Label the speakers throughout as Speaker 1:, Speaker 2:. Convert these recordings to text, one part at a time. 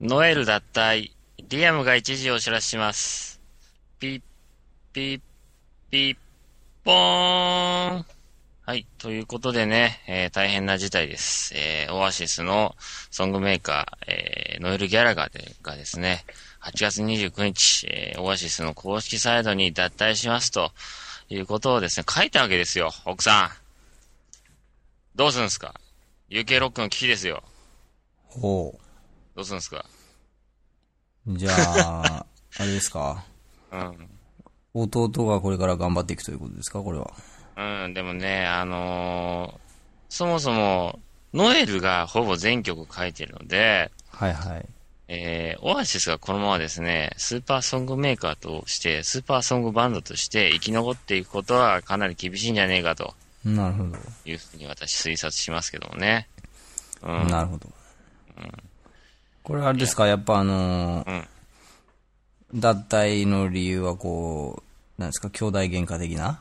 Speaker 1: ノエル脱退。リアムが一時を知らします。ピッ、ピッ、ピッ、ポーン。はい。ということでね、えー大変な事態です。えーオアシスのソングメーカー、えーノエル・ギャラガーでがですね、8月29日、えーオアシスの公式サイトに脱退しますということをですね、書いたわけですよ、奥さん。どうするんですか ?UK ロックの危機ですよ。
Speaker 2: ほ
Speaker 1: どうするんですか
Speaker 2: う。じゃあ、あれです か。
Speaker 1: うん。
Speaker 2: 弟がこれから頑張っていくということですかこれは。
Speaker 1: うん、でもね、あのーそもそも、ノエルがほぼ全曲書いてるので、
Speaker 2: はいはい。
Speaker 1: えー、オアシスがこのままですね、スーパーソングメーカーとして、スーパーソングバンドとして生き残っていくことはかなり厳しいんじゃねえかと
Speaker 2: なるほど。
Speaker 1: いうふうに私推察しますけどもね。うん。
Speaker 2: なるほど。これあれですかやっぱあのー脱退の理由はこう、なんですか兄弟喧嘩的な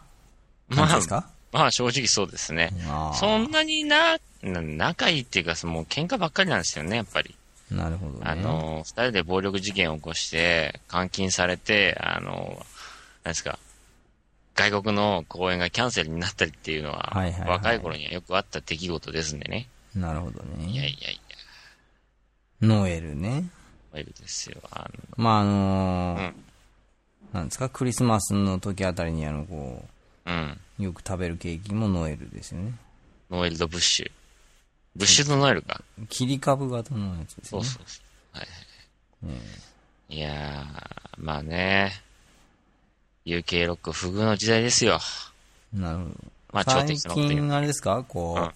Speaker 2: 感じですか、
Speaker 1: まあ正直そうですね。
Speaker 2: あー
Speaker 1: そんなにな、な仲いいっていうか、そのもう喧嘩ばっかりなんですよね、やっぱり。
Speaker 2: なるほどね。
Speaker 1: あの、二人で暴力事件を起こして、監禁されて、あの、なんですか、外国の公演がキャンセルになったりっていうのは、
Speaker 2: はいはいはい
Speaker 1: 若い頃にはよくあった出来事ですんでね。
Speaker 2: なるほど
Speaker 1: いや
Speaker 2: ね。
Speaker 1: いやいや、
Speaker 2: ノエルね。
Speaker 1: こういうことですよ。あの
Speaker 2: まああの
Speaker 1: う
Speaker 2: ー
Speaker 1: ん
Speaker 2: なんですかクリスマスの時あたりにあの、こ
Speaker 1: うん。
Speaker 2: う、よく食べるケーキもノエルですよね。
Speaker 1: ノエルとブッシュ。ブッシュとノエルか。
Speaker 2: 切り株型のやつです
Speaker 1: そ
Speaker 2: ね
Speaker 1: う。そうそう。はいはい。いやー、まあね、UK ロック不遇の時代ですよ。
Speaker 2: なるほど。
Speaker 1: まあ超
Speaker 2: 最
Speaker 1: 適当なこと言う。
Speaker 2: 近、あれですかこ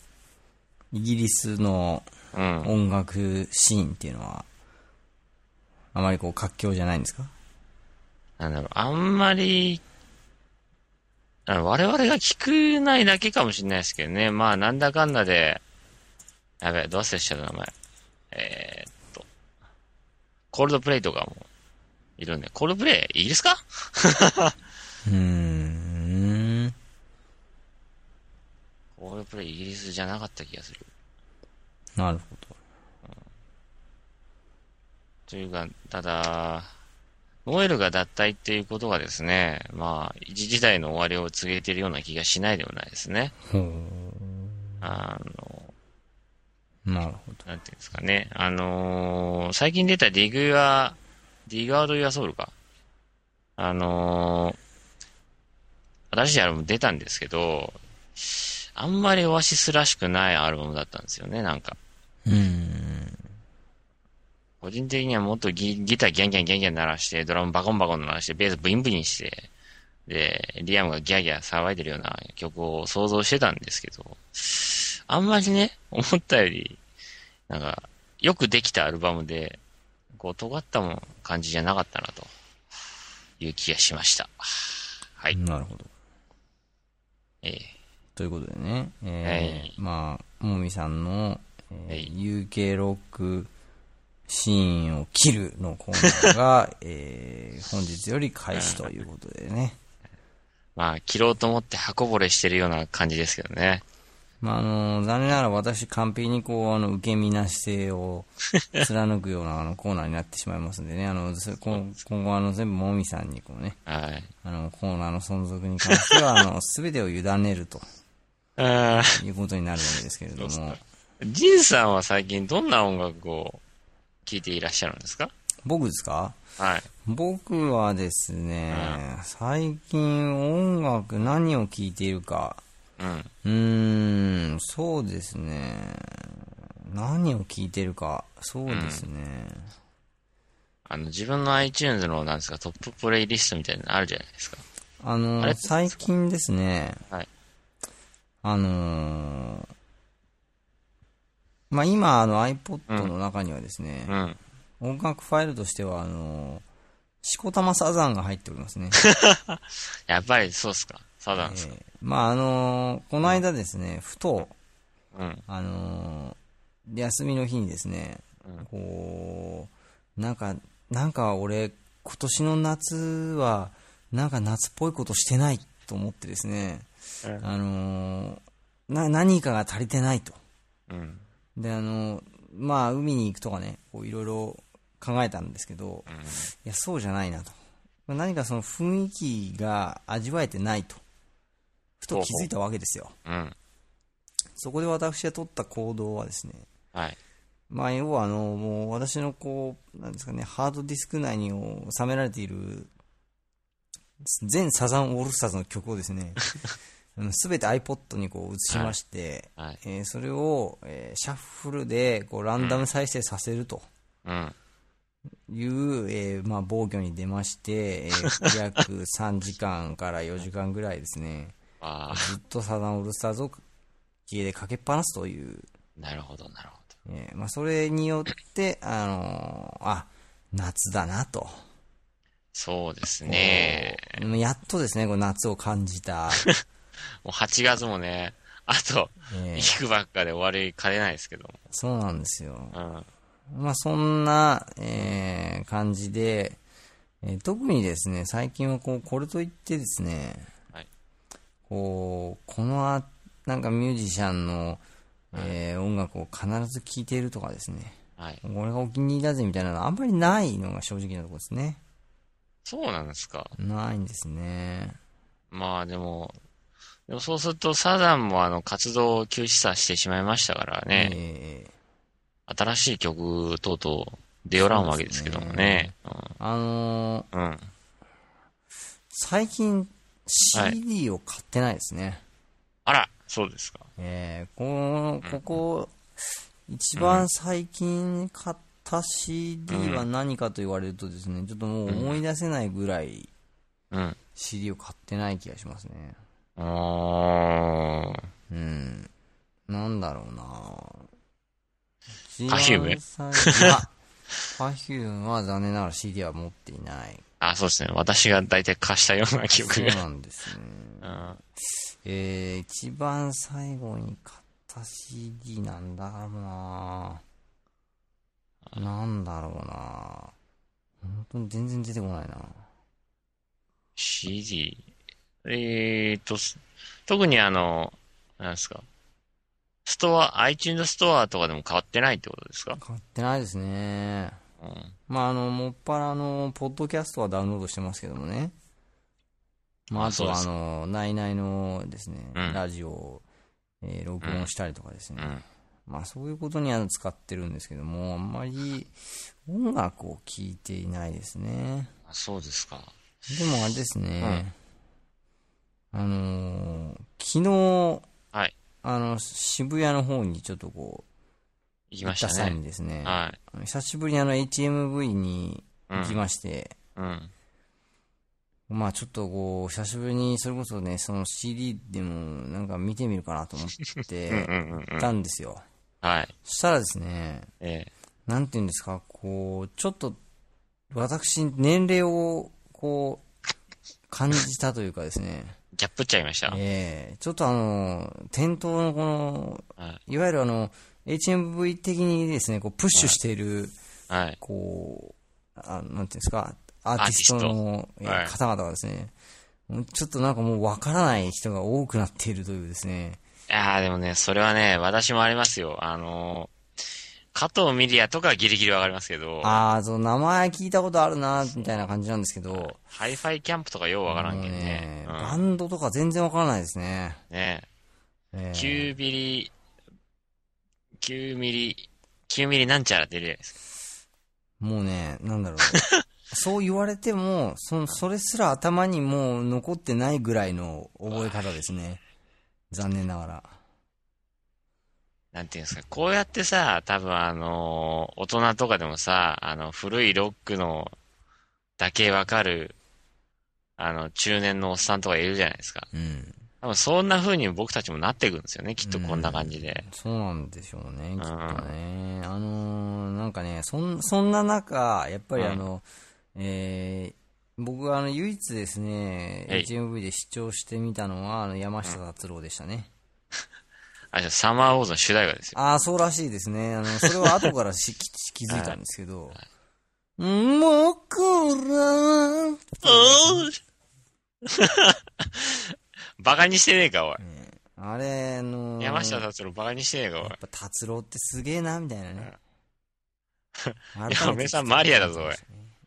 Speaker 2: う、イギリスの
Speaker 1: うん。
Speaker 2: 音楽シーンっていうのは、あまりこう、活況じゃないんですか
Speaker 1: なんだろう、あんまり、あ我々が聞くないだけかもしれないですけどね。まあ、なんだかんだで、やべえ、どうせしちゃった名前。えーっと、コールドプレイとかも、いるんで。コールドプレイ、イギリスか
Speaker 2: うーん。
Speaker 1: コールドプレイ、イギリスじゃなかった気がする。
Speaker 2: なるほど。
Speaker 1: というか、ただ、ノエルが脱退っていうことがですね、まあ、一時代の終わりを告げているような気がしないでもないですね。
Speaker 2: ほう。
Speaker 1: あの、
Speaker 2: なるほど。
Speaker 1: なんていうんですかね。あのー最近出たディグは、ディガード・ユア・ソウルか。あのー、新しいアルバム出たんですけど、あんまりオアシスらしくないアルバムだったんですよね、なんか。
Speaker 2: うーん。
Speaker 1: 個人的にはもっとギギターギャンギャンギャンギャン鳴らして、ドラムバコンバコン鳴らして、ベースブインブインして、で、リアムがギャーギャー騒いでるような曲を想像してたんですけど、あんまりね、思ったより、なんか、よくできたアルバムで、こう、尖ったもん感じじゃなかったな、という気がしました。はい。
Speaker 2: なるほど。
Speaker 1: ええ
Speaker 2: ということでね、
Speaker 1: は
Speaker 2: え
Speaker 1: い
Speaker 2: ー、まあ、もみさんの、え
Speaker 1: はい
Speaker 2: ー、UK ロックシーンを切るのコーナーが、 えー、本日より開始ということでね。
Speaker 1: まあ、切ろうと思って箱ぼれしてるような感じですけどね。
Speaker 2: まあ、あの、残念ながら私、完璧にこう、あの、受け身な姿勢 を貫くような、あの、コーナーになってしまいますんでね、あの、そ今今後、あの、全部、もみさんに、こうね、
Speaker 1: はい。
Speaker 2: あの、コーナーの存続に関しては、あの、 すべてを委ねると
Speaker 1: あー
Speaker 2: いうことになるわけですけれども、
Speaker 1: ジンさんは最近どんな音楽を聴いていらっしゃるんですか
Speaker 2: 僕ですか
Speaker 1: はい。
Speaker 2: 僕はですね、最近音楽何を聴いているか、
Speaker 1: うん。
Speaker 2: うーん、そうですね、何を聴いてるか、そうですね、
Speaker 1: あの、自分の iTunes の、なんですか、トッププレイリストみたいなのあるじゃないですか。
Speaker 2: あ
Speaker 1: あ
Speaker 2: の
Speaker 1: れ
Speaker 2: 最近ですね、
Speaker 1: はい。
Speaker 2: あのーまあ、今、あの iPod の中にはですね
Speaker 1: う、ん。
Speaker 2: 音楽ファイルとしては、あのーしこたまサザンが入っておりますね。
Speaker 1: やっぱりそうっすか。そうなんですか。
Speaker 2: えーまあ、あのーこの間ですね、ふと、
Speaker 1: うん。
Speaker 2: あのー休みの日にですね、こう、なんか、なんか俺、今年の夏は、なんか夏っぽいことしてないと思ってですね、
Speaker 1: うん
Speaker 2: あのーな、何かが足りてないと。
Speaker 1: うん。
Speaker 2: で、あのーまあ、海に行くとかね、こういろいろ考えたんですけど、いや、そうじゃないなと。まあ何かその雰囲気が味わえてないと。ふと気づいたわけですよ。
Speaker 1: うん。
Speaker 2: そこで私が取った行動はですね、
Speaker 1: はい。
Speaker 2: まあ、要はあの、もう私のこう、なんですかね、ハードディスク内に収められている、全サザンオールスターズの曲をです ね、すべて iPod にこう移しまして、
Speaker 1: はいはい
Speaker 2: えーそれを、えーシャッフルでこうランダム再生させると
Speaker 1: うん。
Speaker 2: いう、えーまあ、防御に出まして、えー約3時間から4時間ぐらいですね、
Speaker 1: ああ、
Speaker 2: ずっとサザンオールスターズを家でかけっぱなすという
Speaker 1: なるほど、なるほど。
Speaker 2: えーまあ、それによって、あのーあ、夏だなと。
Speaker 1: そうですね。
Speaker 2: もうやっとですね、こう夏を感じ た。
Speaker 1: もう8月もね、あと、
Speaker 2: えー
Speaker 1: いくばっかで終わりかねないですけど
Speaker 2: そうなんですよ。
Speaker 1: も。
Speaker 2: まあ、そんな、えー感じで、えー特にですね、最近はこう、これといってですね、
Speaker 1: はい
Speaker 2: こう、このあ、なんかミュージシャンの、えー音楽を必ず聴いているとかですね、
Speaker 1: うん。はい。
Speaker 2: これがお気に入りだぜみたいなのはあんまりないのが正直なところですね。
Speaker 1: そうなんですか。
Speaker 2: ないんですね。
Speaker 1: まあでも、でもそうするとサザンもあの活動を休止させてしまいましたからね、
Speaker 2: えー
Speaker 1: 新しい曲等々出よらんわけですけどもね。
Speaker 2: あのー
Speaker 1: うん。うん
Speaker 2: 最近
Speaker 1: はい
Speaker 2: CD を買ってないですね。
Speaker 1: あら、そうですか。
Speaker 2: えーこの、ここ、一番最近買った CD は何かと言われるとですね、ちょっともう思い出せないぐらい
Speaker 1: うん。
Speaker 2: CD を買ってない気がしますね。
Speaker 1: あー
Speaker 2: うん。なんだろうな一番
Speaker 1: Perfume？
Speaker 2: 最近いや Perfume は残念ながら CD は持っていない。
Speaker 1: あ、そうですね。私が大体貸したような記
Speaker 2: そ
Speaker 1: 憶
Speaker 2: う
Speaker 1: が。
Speaker 2: なんですね。
Speaker 1: うん
Speaker 2: えー、一番最後に買った CD なんだろうななんだろうな本当に全然出てこないな
Speaker 1: CD。えーっと、す特にあの、なんですか。ストア、iTunes ストアとかでも変わってないってことですか
Speaker 2: 買ってないですね。
Speaker 1: うん。
Speaker 2: まあ、あの、もっぱらあの、ポッドキャストはダウンロードしてますけどもね。まあ、
Speaker 1: あ
Speaker 2: あとはあ
Speaker 1: そ
Speaker 2: の、ナイナイのですね、
Speaker 1: うん
Speaker 2: ラジオを、えー録音したりとかですね。
Speaker 1: うん。
Speaker 2: まあ、そういうことには使ってるんですけども、あんまり音楽を聴いていないですね。
Speaker 1: あそうですか。
Speaker 2: でもあれですね、あのー昨日、
Speaker 1: はい
Speaker 2: あの、渋谷の方にちょっとこう、
Speaker 1: 行き
Speaker 2: 行
Speaker 1: ま
Speaker 2: っ
Speaker 1: したた
Speaker 2: 際
Speaker 1: ね。
Speaker 2: にですね、
Speaker 1: は
Speaker 2: 久しぶりにあの HMV に行きまして、
Speaker 1: い。うん。
Speaker 2: まあちょっとこう、久しぶりにそれこそね、その CD でもなんか見てみるかなと思っ
Speaker 1: うん
Speaker 2: て
Speaker 1: うんうんう
Speaker 2: 行っ
Speaker 1: ん。
Speaker 2: たんですよ。
Speaker 1: はい。
Speaker 2: そしたらですね、
Speaker 1: え
Speaker 2: なんていうんですか、こう、ちょっと、私、年齢を、こう、感じたというかですね、
Speaker 1: えギャップっちゃいました。
Speaker 2: ええちょっとあの、店頭のこの、
Speaker 1: はい
Speaker 2: わゆるあの、HMV 的にですね、こう、プッシュしている、
Speaker 1: はい。
Speaker 2: こう、あなんていうんですか、アーティストの
Speaker 1: アーティスト
Speaker 2: え
Speaker 1: はい
Speaker 2: ー方々がですね、もうちょっとなんかもうわからない人が多くなっているというですね、
Speaker 1: いやーでもね、それはね、私もありますよ。あのー、加藤ミリアとかはギリギリわかりますけど、
Speaker 2: ああ、そう、名前聞いたことあるな、みたいな感じなんですけど、
Speaker 1: ハイファイキャンプとかようわからんけん
Speaker 2: もう
Speaker 1: ね。うん
Speaker 2: バンドとか全然わからないですね。
Speaker 1: ね
Speaker 2: え
Speaker 1: え、
Speaker 2: ー
Speaker 1: 9ミリ、9ミリ、9ミリなんちゃらっているじゃないですか。
Speaker 2: もうね、なん だろう。そう言われても、そのそれすら頭にもう残ってないぐらいの覚え方ですね。残念ながら。
Speaker 1: なんていうんですか。こうやってさ、多分あのー、大人とかでもさ、あの、古いロックの、だけわかる、あの、中年のおっさんとかいるじゃないですか。
Speaker 2: うん。
Speaker 1: 多分そんな風に僕たちもなっていくんですよね。きっとこんな感じで。
Speaker 2: そうなんでしょうね、きっとね。あのーなんかね、そんそんな中、やっぱりあの、えー僕はあの唯一ですね、
Speaker 1: はい
Speaker 2: HMV で視聴してみたのは、あの山下達郎でしたね。
Speaker 1: あ、じゃあサマーウォーズの主題歌ですよ。
Speaker 2: ああ、そうらしいですね。あの、それは後からし気気づいたんですけ ど。もうこら、
Speaker 1: バカにしてねえか、おい。
Speaker 2: あれ、あのー
Speaker 1: 山下達郎バカにしてねえか、おい
Speaker 2: やっ。ぱ達郎ってすげえな、みたいなね。改めて
Speaker 1: 嫁さんマリアだぞおい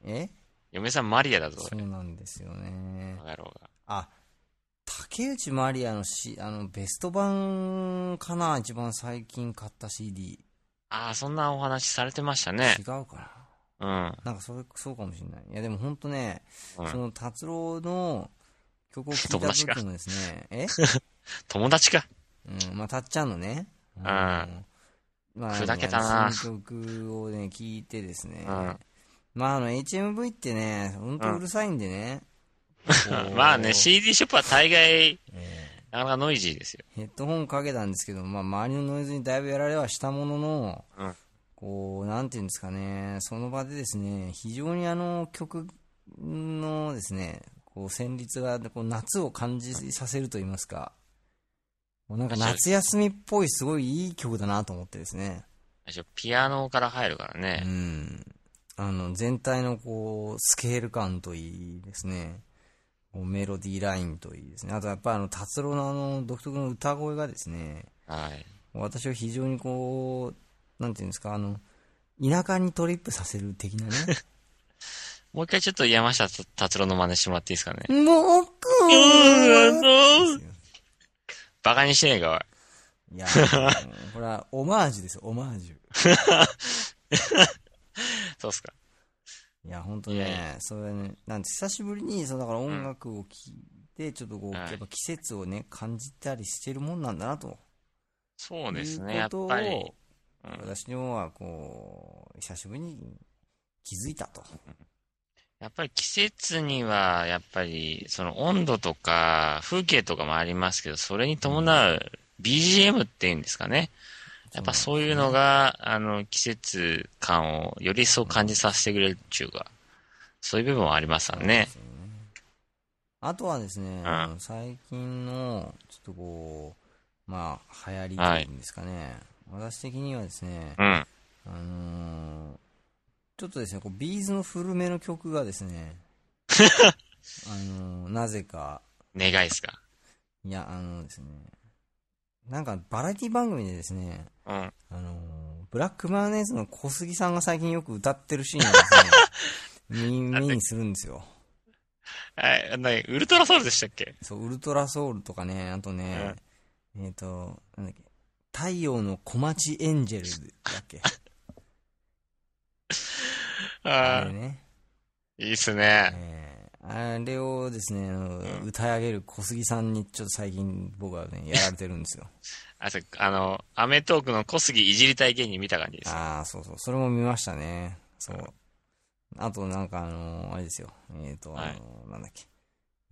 Speaker 2: え
Speaker 1: 嫁さんマリアだぞ
Speaker 2: そ、うなんですよね
Speaker 1: バ。カ野郎が。
Speaker 2: あ、竹内まりやのし、あの、ベスト版かな一番最近買った CD。
Speaker 1: ああ、そんなお話されてましたね
Speaker 2: 違。うか
Speaker 1: うん。
Speaker 2: ななんかそれ、そうかもしれない。いや、でもほんとね、
Speaker 1: うん
Speaker 2: その達郎の曲を聴い
Speaker 1: 友
Speaker 2: た
Speaker 1: 達か
Speaker 2: 時のですね、え
Speaker 1: 友達か。
Speaker 2: うん、まあ、たっちゃんのね。うんまあ、
Speaker 1: 砕けたな
Speaker 2: 新曲をね、聞いてですね。
Speaker 1: うん
Speaker 2: まあ、あの、HMV ってね、ほんとうるさいんでね。こう
Speaker 1: まあね、CD ショップは大概、なかなかノイジーですよ。
Speaker 2: ヘッドホンかけたんですけど、まあ、周りのノイズにだいぶやられはしたものの、
Speaker 1: うん
Speaker 2: こう、なんていうんですかね、その場でですね、非常にあの曲のですね、こう、旋律が、こう、夏を感じさせると言いますか、もうなんか夏休みっぽい、すごいいい曲だなと思ってですね、
Speaker 1: 最初ピアノから入るから
Speaker 2: う
Speaker 1: ね。
Speaker 2: ん。あの、全体のこう、スケール感といいですね、こうメロディーラインといいですね、あとやっぱりあの、達郎のあの、独特の歌声がですね、
Speaker 1: はい。
Speaker 2: 私を非常にこう、なんていうんですか、あの、田舎にトリップさせる的な ね。
Speaker 1: もう一回ちょっと山下達郎の真似してもらっていいですかね。
Speaker 2: もう、く
Speaker 1: うー
Speaker 2: ー
Speaker 1: んバカにしてねえか、おい。
Speaker 2: いや、もうこれはオマージュですよ、オマージュ。
Speaker 1: そうっすか。
Speaker 2: いや、本当
Speaker 1: いやい
Speaker 2: ね、それね、なんて久しぶりに、そうだから音楽を聴いて、ちょっとこう、
Speaker 1: はい
Speaker 2: やっぱ季節をね、感じたりしてるもんなんだなと。
Speaker 1: そうですね、
Speaker 2: い
Speaker 1: やっ
Speaker 2: うことを
Speaker 1: ぱり。うん
Speaker 2: 私には、こう、久しぶりに気づいたと。
Speaker 1: やっぱり季節には、やっぱり、その温度とか、風景とかもありますけど、それに伴う BGM っていうんですかね。やっぱそういうのが、あの、季節感をより一層感じさせてくれるっていうか、そういう部分はありますからね。
Speaker 2: あとはですね、
Speaker 1: ん
Speaker 2: あの最近の、ちょっとこう、まあ、流行りというんですかね、私的にはですね、
Speaker 1: うん。
Speaker 2: あのーちょっとですね、こうビーズの古めの曲がで すね、あのーなぜか、
Speaker 1: 願いっすか。
Speaker 2: いや、あのですね、なんかバラエティ番組でですね、
Speaker 1: うん。
Speaker 2: あのーブラックマヨネーズの小杉さんが最近よく歌ってるシーン をですね、み目にするんですよ。
Speaker 1: え、なに、ウルトラソウルでしたっけ
Speaker 2: そう、ウルトラソウルとかね、あとね、えっ、と、なんだっけ、太陽の小町エンジェルだっけ。あ
Speaker 1: あ
Speaker 2: れね。
Speaker 1: あ、いいっすね。
Speaker 2: えーあれをですね、あの歌い上げる小杉さんにちょっと最近僕は ね、やられてるんですよ。
Speaker 1: あ、そうあの、アメトークの小杉いじりたい芸人見た感じです。
Speaker 2: ああ、そうそう、それも見ましたね。そう。あとなんかあのーあれですよ。えっ、と、あ
Speaker 1: はい
Speaker 2: のーなんだっけ。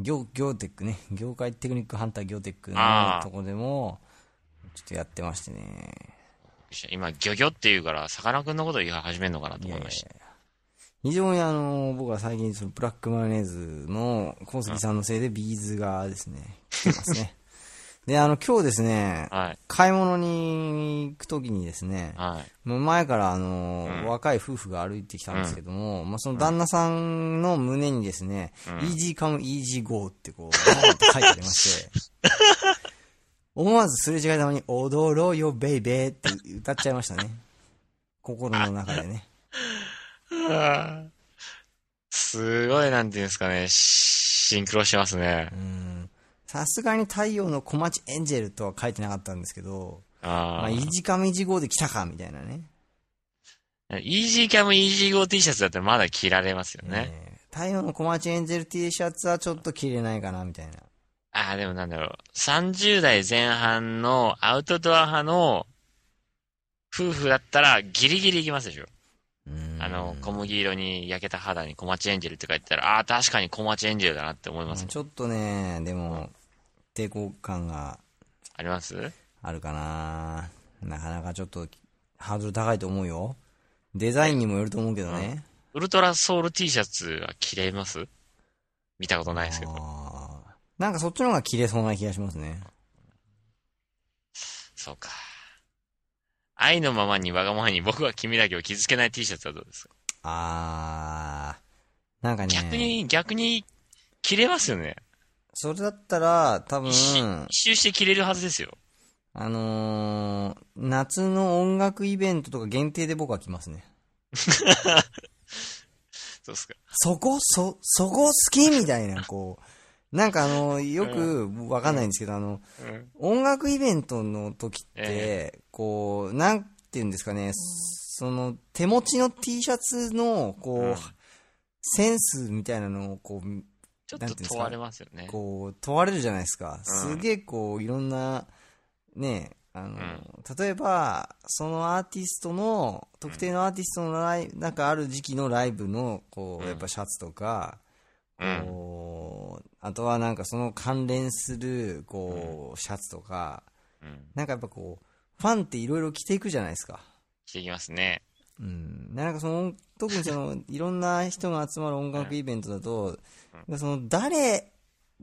Speaker 2: 業、業テックね。業界テクニックハンター業テック
Speaker 1: あ
Speaker 2: の
Speaker 1: ー
Speaker 2: とこでも、ちょっとやってましてね。
Speaker 1: 今、ギョギョって言うから、さかなクンのこと言い始めるのかなと
Speaker 2: い
Speaker 1: 思い
Speaker 2: やいや
Speaker 1: ま
Speaker 2: い
Speaker 1: した。
Speaker 2: や非常にあのー僕は最近そのブラックマヨネーズの小杉さんのせいでビーズがですね、来てます ね。で、あの、今日ですね、
Speaker 1: はい。
Speaker 2: 買い物に行くときにですね、
Speaker 1: はい。
Speaker 2: もう前からあのー
Speaker 1: うん
Speaker 2: 若い夫婦が歩いてきたんですけども、まあ、その旦那さんの胸にですね、Easy Come Easy Go ってこう、バーンと書いてあり まして、思わずすれ違いざまに、踊ろうよベイベーって歌っちゃいましたね。心の中でね。
Speaker 1: すごい、なんていうんですかね、シシンクロしてますね。
Speaker 2: うんさすがに太陽の小町エンジェルとは書いてなかったんですけど、ま
Speaker 1: あ
Speaker 2: あ、イージカムイージゴーで来たか、みたいなね。
Speaker 1: あ。イージーキャムイージーゴー T シャツだったらまだ着られますよね。
Speaker 2: えー太陽の小町エンジェル T シャツはちょっと着れないかな、みたいな。
Speaker 1: ああ、でもなんだろう。30代前半のアウトドア派の夫婦だったらギリギリいきますでしょ。
Speaker 2: うん
Speaker 1: あの、小麦色に焼けた肌に小町エンジェルって書いてたら、ああー、確かに小町エンジェルだなって思います。
Speaker 2: ちょっとね、でも、抵抗感が
Speaker 1: あります
Speaker 2: あるかな。なかなかちょっと、ハードル高いと思うよ。デザインにもよると思うけどね。
Speaker 1: ウルトラソウル T シャツは着れます見たことないですけど。
Speaker 2: あーなんかそっちの方が着れそうな気がしますね。
Speaker 1: そうか。愛のままにわがままに僕は君だけを傷つけない T シャツはどうですか
Speaker 2: あー、なんかね。
Speaker 1: 逆に、逆に、着れますよね。
Speaker 2: それだったら、多分
Speaker 1: 一、周一周して着れるはずですよ。
Speaker 2: あのー夏の音楽イベントとか限定で僕は来ますね。
Speaker 1: そうっすか。
Speaker 2: そこ、そ、そこ好きみたいな、こう。なんかあの、よくわかんないんですけど、あの、
Speaker 1: うん。
Speaker 2: 音楽イベントの時って、
Speaker 1: え
Speaker 2: こう、なんていうんですかね、その、手持ちの T シャツの、こう、
Speaker 1: うん
Speaker 2: センスみたいなのを、こう、
Speaker 1: ちょっ
Speaker 2: なん
Speaker 1: と
Speaker 2: ていうんですか
Speaker 1: 問われますよね。
Speaker 2: こう、問われるじゃないですか。
Speaker 1: うん
Speaker 2: すげえ、こう、いろんな、ね、あの、例えば、そのアーティストの、特定のアーティストのライブ、なんかある時期のライブの、こ
Speaker 1: う
Speaker 2: う、
Speaker 1: ん
Speaker 2: やっぱシャツとか、
Speaker 1: うん。
Speaker 2: こう、あとはなんかその関連する、こう、シャツとか、
Speaker 1: うん。
Speaker 2: なんかやっぱこう、ファンっていろいろ着ていくじゃないですか。
Speaker 1: していきますね。
Speaker 2: うん。なんかその、特に その、いろんな人が集まる音楽イベントだと、その、誰、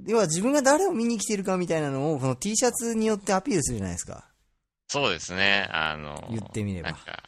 Speaker 2: 要は自分が誰を見に来てるかみたいなのを、この T シャツによってアピールするじゃないですか。
Speaker 1: そうですね。あの、
Speaker 2: 言ってみれば
Speaker 1: なんか、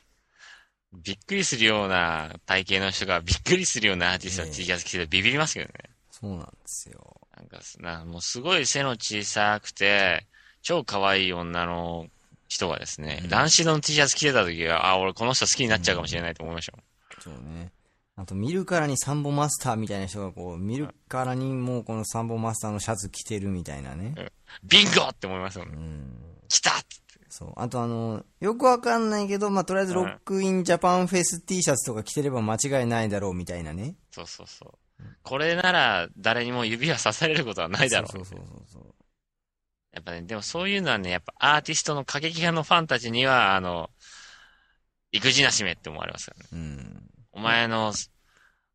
Speaker 1: びっくりするような体型の人がびっくりするようなアーティスト
Speaker 2: え
Speaker 1: の
Speaker 2: え
Speaker 1: T シャツ着てたらビビりますけどね。
Speaker 2: そうなんですよ。
Speaker 1: なんかす、なもうすごい背の小さくて、超可愛い女の人がですね、男子の T シャツ着てた時は、あ、俺この人好きになっちゃうかもしれないと思いましたもん。
Speaker 2: そうね。あと、見るからにサンボマスターみたいな人がこう、見るからにもうこのサンボマスターのシャツ着てるみたいなね。
Speaker 1: ビンゴって思いますもん。来たっつって
Speaker 2: そう。あとあの、よくわかんないけど、まあ、とりあえずロックインジャパンフェス T シャツとか着てれば間違いないだろうみたいなね。
Speaker 1: そうそうそう。これなら誰にも指は刺されることはないだろう。
Speaker 2: そうそうそうそう。
Speaker 1: やっぱね、でもそういうのはね、やっぱアーティストの過激派のファンたちには、あの、育児なしめって思われますからね。
Speaker 2: うん。
Speaker 1: お前の、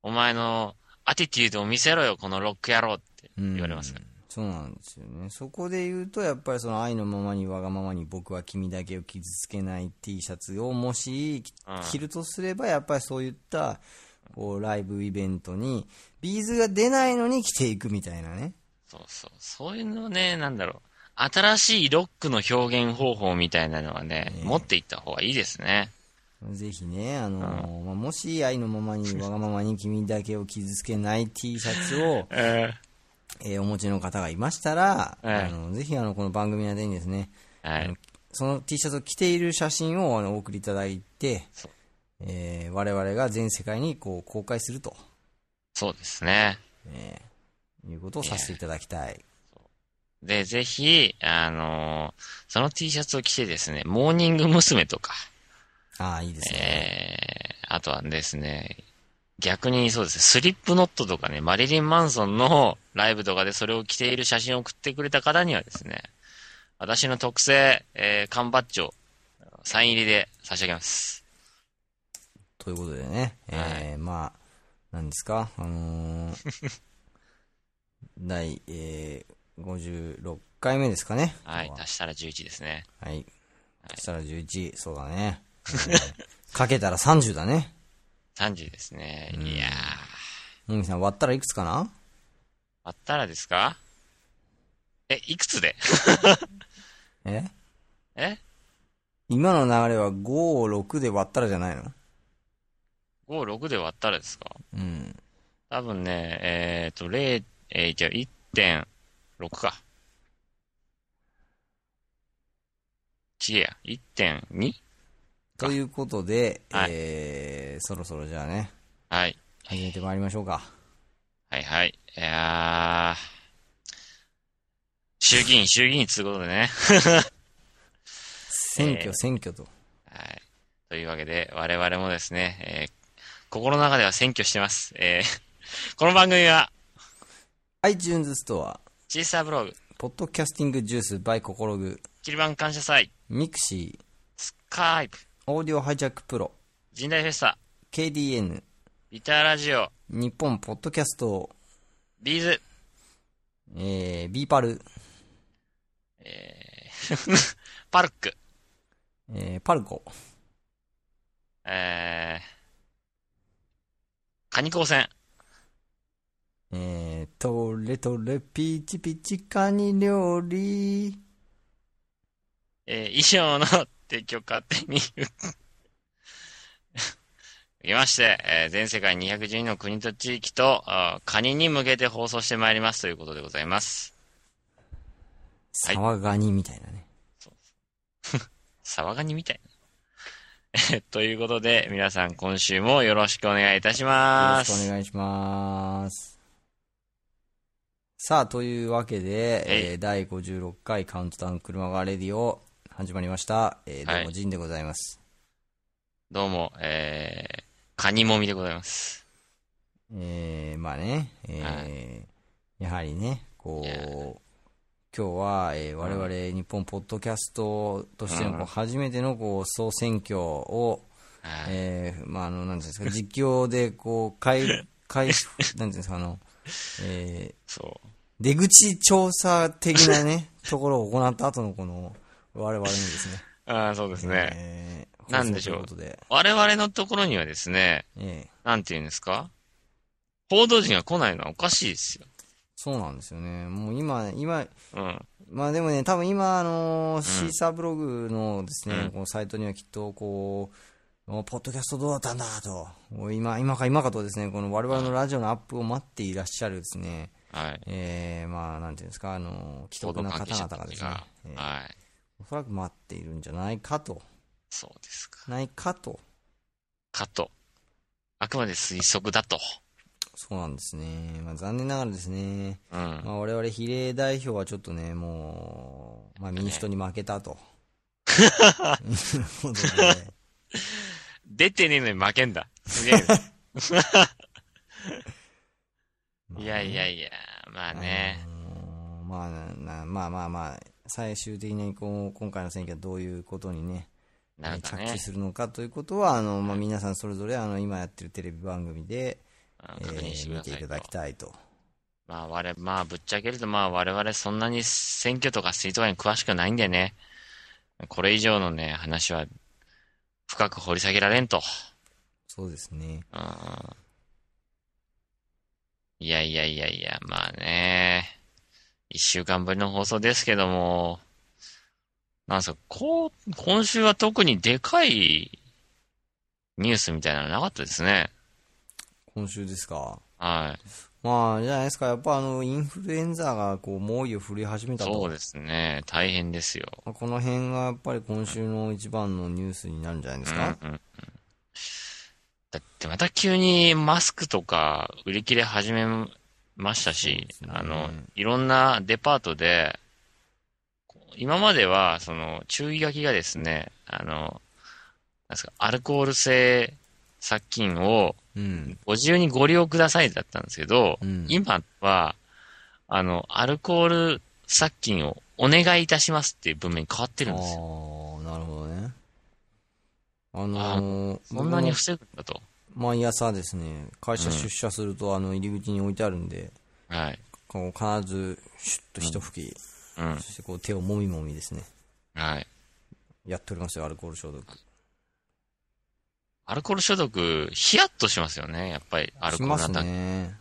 Speaker 1: お前のアティテュードを見せろよ、このロック野郎って言われますから。
Speaker 2: そうなんですよね。そこで言うと、やっぱりその愛のままにわがままに僕は君だけを傷つけない T シャツをもし
Speaker 1: うん
Speaker 2: 着るとすれば、やっぱりそういった、こう、ライブイベントに、ビーズが出ないのに着ていくみたいなね。
Speaker 1: そうそう。そういうのね、なんだろう。新しいロックの表現方法みたいなのはね、持っていった方がいいですね。
Speaker 2: ぜひね、あのーまあ、もし愛のままにわがままに君だけを傷つけない T シャツを、
Speaker 1: え
Speaker 2: えーお持ちの方がいましたら、
Speaker 1: はい
Speaker 2: あのぜひあのこの番組宛てにですね、
Speaker 1: は
Speaker 2: あ
Speaker 1: い
Speaker 2: の。その T シャツを着ている写真をあのお送りいただいて
Speaker 1: そう、
Speaker 2: えー我々が全世界にこう公開すると、
Speaker 1: そうですね。
Speaker 2: えーいうことをさせていただきたい。
Speaker 1: で、ぜひ、あのその T シャツを着てですね、モーニング娘。とか、
Speaker 2: ああ、いいですね。
Speaker 1: えー、あとはですね、逆にそうですね、スリップノットとかね、マリリン・マンソンのライブとかでそれを着ている写真を送ってくれた方にはですね、私の特製、えー、缶バッジをサイン入りで差し上げます。
Speaker 2: ということでね、えーまあ、なんですか、あ のー第、えー56回目ですかね。
Speaker 1: はい
Speaker 2: 今、日は
Speaker 1: 足したら11ですね。
Speaker 2: はい。そしたら11、そうだね。えーかけたら30だね。
Speaker 1: 30ですね。いやー、
Speaker 2: もみさん割ったらいくつかな
Speaker 1: あったらですかえ、いくつで
Speaker 2: え
Speaker 1: え
Speaker 2: 今の流れは5、6で割ったらじゃないの
Speaker 1: ?5、6で割ったらですか
Speaker 2: うん。
Speaker 1: 多分ね、えっ、ー、と、0、えー、じゃあ1.6か。ちげえや、1.2?
Speaker 2: ということで、
Speaker 1: はい
Speaker 2: えー、そろそろじゃあね、
Speaker 1: はい。
Speaker 2: 始めてまいりましょうか。
Speaker 1: はいはい。いやー。衆議院、衆議院つうことでね。
Speaker 2: 選挙、
Speaker 1: えー
Speaker 2: 選挙と。
Speaker 1: はい。というわけで、我々もですね、えー心の中では選挙してます。えー この番組は、
Speaker 2: iTunes ストア、
Speaker 1: チーサーブログ、
Speaker 2: ポッドキャスティングジュース by ココログ、
Speaker 1: キリバン感謝祭、
Speaker 2: ミクシー、
Speaker 1: スカイプ、
Speaker 2: オーディオハイジャックプロ、
Speaker 1: 神代フェスタ、
Speaker 2: KDN、
Speaker 1: ビターラジオ、
Speaker 2: 日本ポッドキャスト、
Speaker 1: ビーズ、
Speaker 2: えー、ビーパル、
Speaker 1: パルック、
Speaker 2: えー、パルコ、
Speaker 1: えー、カニ光線、
Speaker 2: えー、トレトレピチピチカニ料理、
Speaker 1: えー、衣装の提供勝手 に受けまして、えー全世界212の国と地域と、あーカニに向けて放送してまいりますということでございます。はい
Speaker 2: 騒がにみたいなね。
Speaker 1: サワガニみたいということで、皆さん今週もよろしくお願いいたし
Speaker 2: よ
Speaker 1: ま
Speaker 2: ろしくお
Speaker 1: す。
Speaker 2: 願いします。さあ、というわけ
Speaker 1: えい
Speaker 2: で、えー第56回カウントダウン車がレディオ始まりました。えーどう
Speaker 1: は
Speaker 2: も、
Speaker 1: い
Speaker 2: ジンでございます。
Speaker 1: どうも、えー、カニもみでございます。
Speaker 2: えー、まあね、えー
Speaker 1: は
Speaker 2: やはりね、
Speaker 1: いや
Speaker 2: こう、今日は、えー我々日本ポッドキャストとしてのこう
Speaker 1: うん
Speaker 2: 初めてのこう総選挙を、
Speaker 1: はい。
Speaker 2: えー、まあ、あの、なんていうんですか、実況で、こう、開、 開、なんていうんですか、あの、えー、
Speaker 1: そう。
Speaker 2: 出口調査的なね、 ところを行った後のこの、我々のですね。
Speaker 1: ああ、そうですね。
Speaker 2: えー
Speaker 1: なんでしょう
Speaker 2: 放送というこ
Speaker 1: 我々のところにはですね、
Speaker 2: とで。ええ
Speaker 1: なんて言うんですか報道陣が来ないのはおかしいですよ。
Speaker 2: そうなんですよね。もう今、今、
Speaker 1: うん。
Speaker 2: まあでもね、多分今、あのーシーサーブログのですね、
Speaker 1: うん
Speaker 2: このサイトにはきっと、こう、おポッドキャストどうだったんだと、もう今、今か今かとですね、この我々のラジオのアップを待っていらっしゃるですね、
Speaker 1: はい。
Speaker 2: えー、まあ、なんていうんですか、あのー既
Speaker 1: 報
Speaker 2: 得
Speaker 1: 道
Speaker 2: な
Speaker 1: 関
Speaker 2: 方
Speaker 1: 係者
Speaker 2: 々
Speaker 1: た
Speaker 2: がで
Speaker 1: ち
Speaker 2: すね
Speaker 1: が、、
Speaker 2: えー
Speaker 1: はい。
Speaker 2: おそらく待っているんじゃないかと、
Speaker 1: そうですか。
Speaker 2: ないかと、
Speaker 1: かと。あくまで推測だと。
Speaker 2: そうなんですね。まあ、残念ながらですね、
Speaker 1: うん。
Speaker 2: まあ、我々比例代表はちょっとね、もう、まあ、民主党に負 けたと。いうことで
Speaker 1: 出てねえのに負けんだ。す げえ。 いやいやいや、まあね。。
Speaker 2: まあなまあまあまあ、最終的にこう今回の選挙はどういうことにね、
Speaker 1: なんか
Speaker 2: 着
Speaker 1: ね
Speaker 2: 地、するのかということは、あのまあ、皆さんそれぞれあの今やってるテレビ番組で、
Speaker 1: うん
Speaker 2: え
Speaker 1: 確認して
Speaker 2: ー
Speaker 1: くだ
Speaker 2: 見
Speaker 1: さ
Speaker 2: てい
Speaker 1: いと
Speaker 2: ただきたいと。
Speaker 1: まあ我々、まあぶっちゃけると、まあ我々そんなに選挙とか政治とかに詳しくないんでね。これ以上のね、話は深く掘り下げられんと。
Speaker 2: そうですね。
Speaker 1: うん。いやいやいやいや、まあね。一週間ぶりの放送ですけども、なんすか、こう、今週は特にでかいニュースみたいなのなかったですね。
Speaker 2: 今週ですか。
Speaker 1: はい。
Speaker 2: まあ、じゃないですか。やっぱあの、インフルエンザがこう、猛威を振り始めた
Speaker 1: そ
Speaker 2: と
Speaker 1: う。ですね。大変ですよ。
Speaker 2: まあこの辺がやっぱり今週の一番のニュースになるんじゃないですか。
Speaker 1: うんうんうんだってまた急にマスクとか売り切れ始めましたし、
Speaker 2: そうですね
Speaker 1: あの、いろんなデパートで、こう今までは、その、注意書きがですね、あの、なんですか、アルコール性殺菌を
Speaker 2: うん。
Speaker 1: ご自由にご利用くださいだったんですけど、
Speaker 2: うん
Speaker 1: 今は、あの、アルコール殺菌をお願いいたしますっていう文面に変わってるんですよ。
Speaker 2: ああ、なるほどね。あのー、
Speaker 1: そんなに
Speaker 2: 僕も
Speaker 1: 防ぐんだと。
Speaker 2: 毎朝ですね、会社出社すると、あの、入り口に置いてあるんで、
Speaker 1: はい。
Speaker 2: こう必ず、シュッと一吹き、
Speaker 1: うん。
Speaker 2: そしてこう手をもみもみですね。
Speaker 1: はい。
Speaker 2: やっておりますよ、アルコール消毒。
Speaker 1: アルコール消毒、ヒヤッとしますよね。やっぱり、アル
Speaker 2: し
Speaker 1: コール
Speaker 2: ます
Speaker 1: だと
Speaker 2: ね。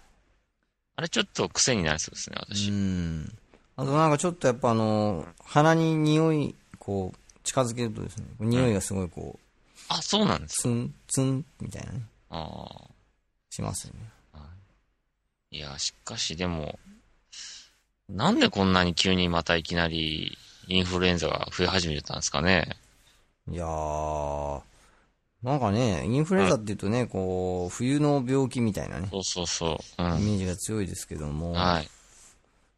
Speaker 1: あれちょっと癖になりそうですね、
Speaker 2: う
Speaker 1: 私。
Speaker 2: ん。あとなんかちょっとやっぱあの、鼻に匂い、こう、近づけるとですね、匂いがすごいこう、
Speaker 1: あ、そうなんです。
Speaker 2: ツン、ツン、みたいなね、
Speaker 1: ああ。
Speaker 2: しますよね。
Speaker 1: いや、しかしでも、なんでこんなに急にまたいきなりインフルエンザが増え始めてたんですかね。
Speaker 2: いやー、なんかね、インフルエンザって言うとね、こう、冬の病気みたいなね、
Speaker 1: そうそうそう。う
Speaker 2: イメ
Speaker 1: ん。
Speaker 2: ージが強いですけども、
Speaker 1: はい。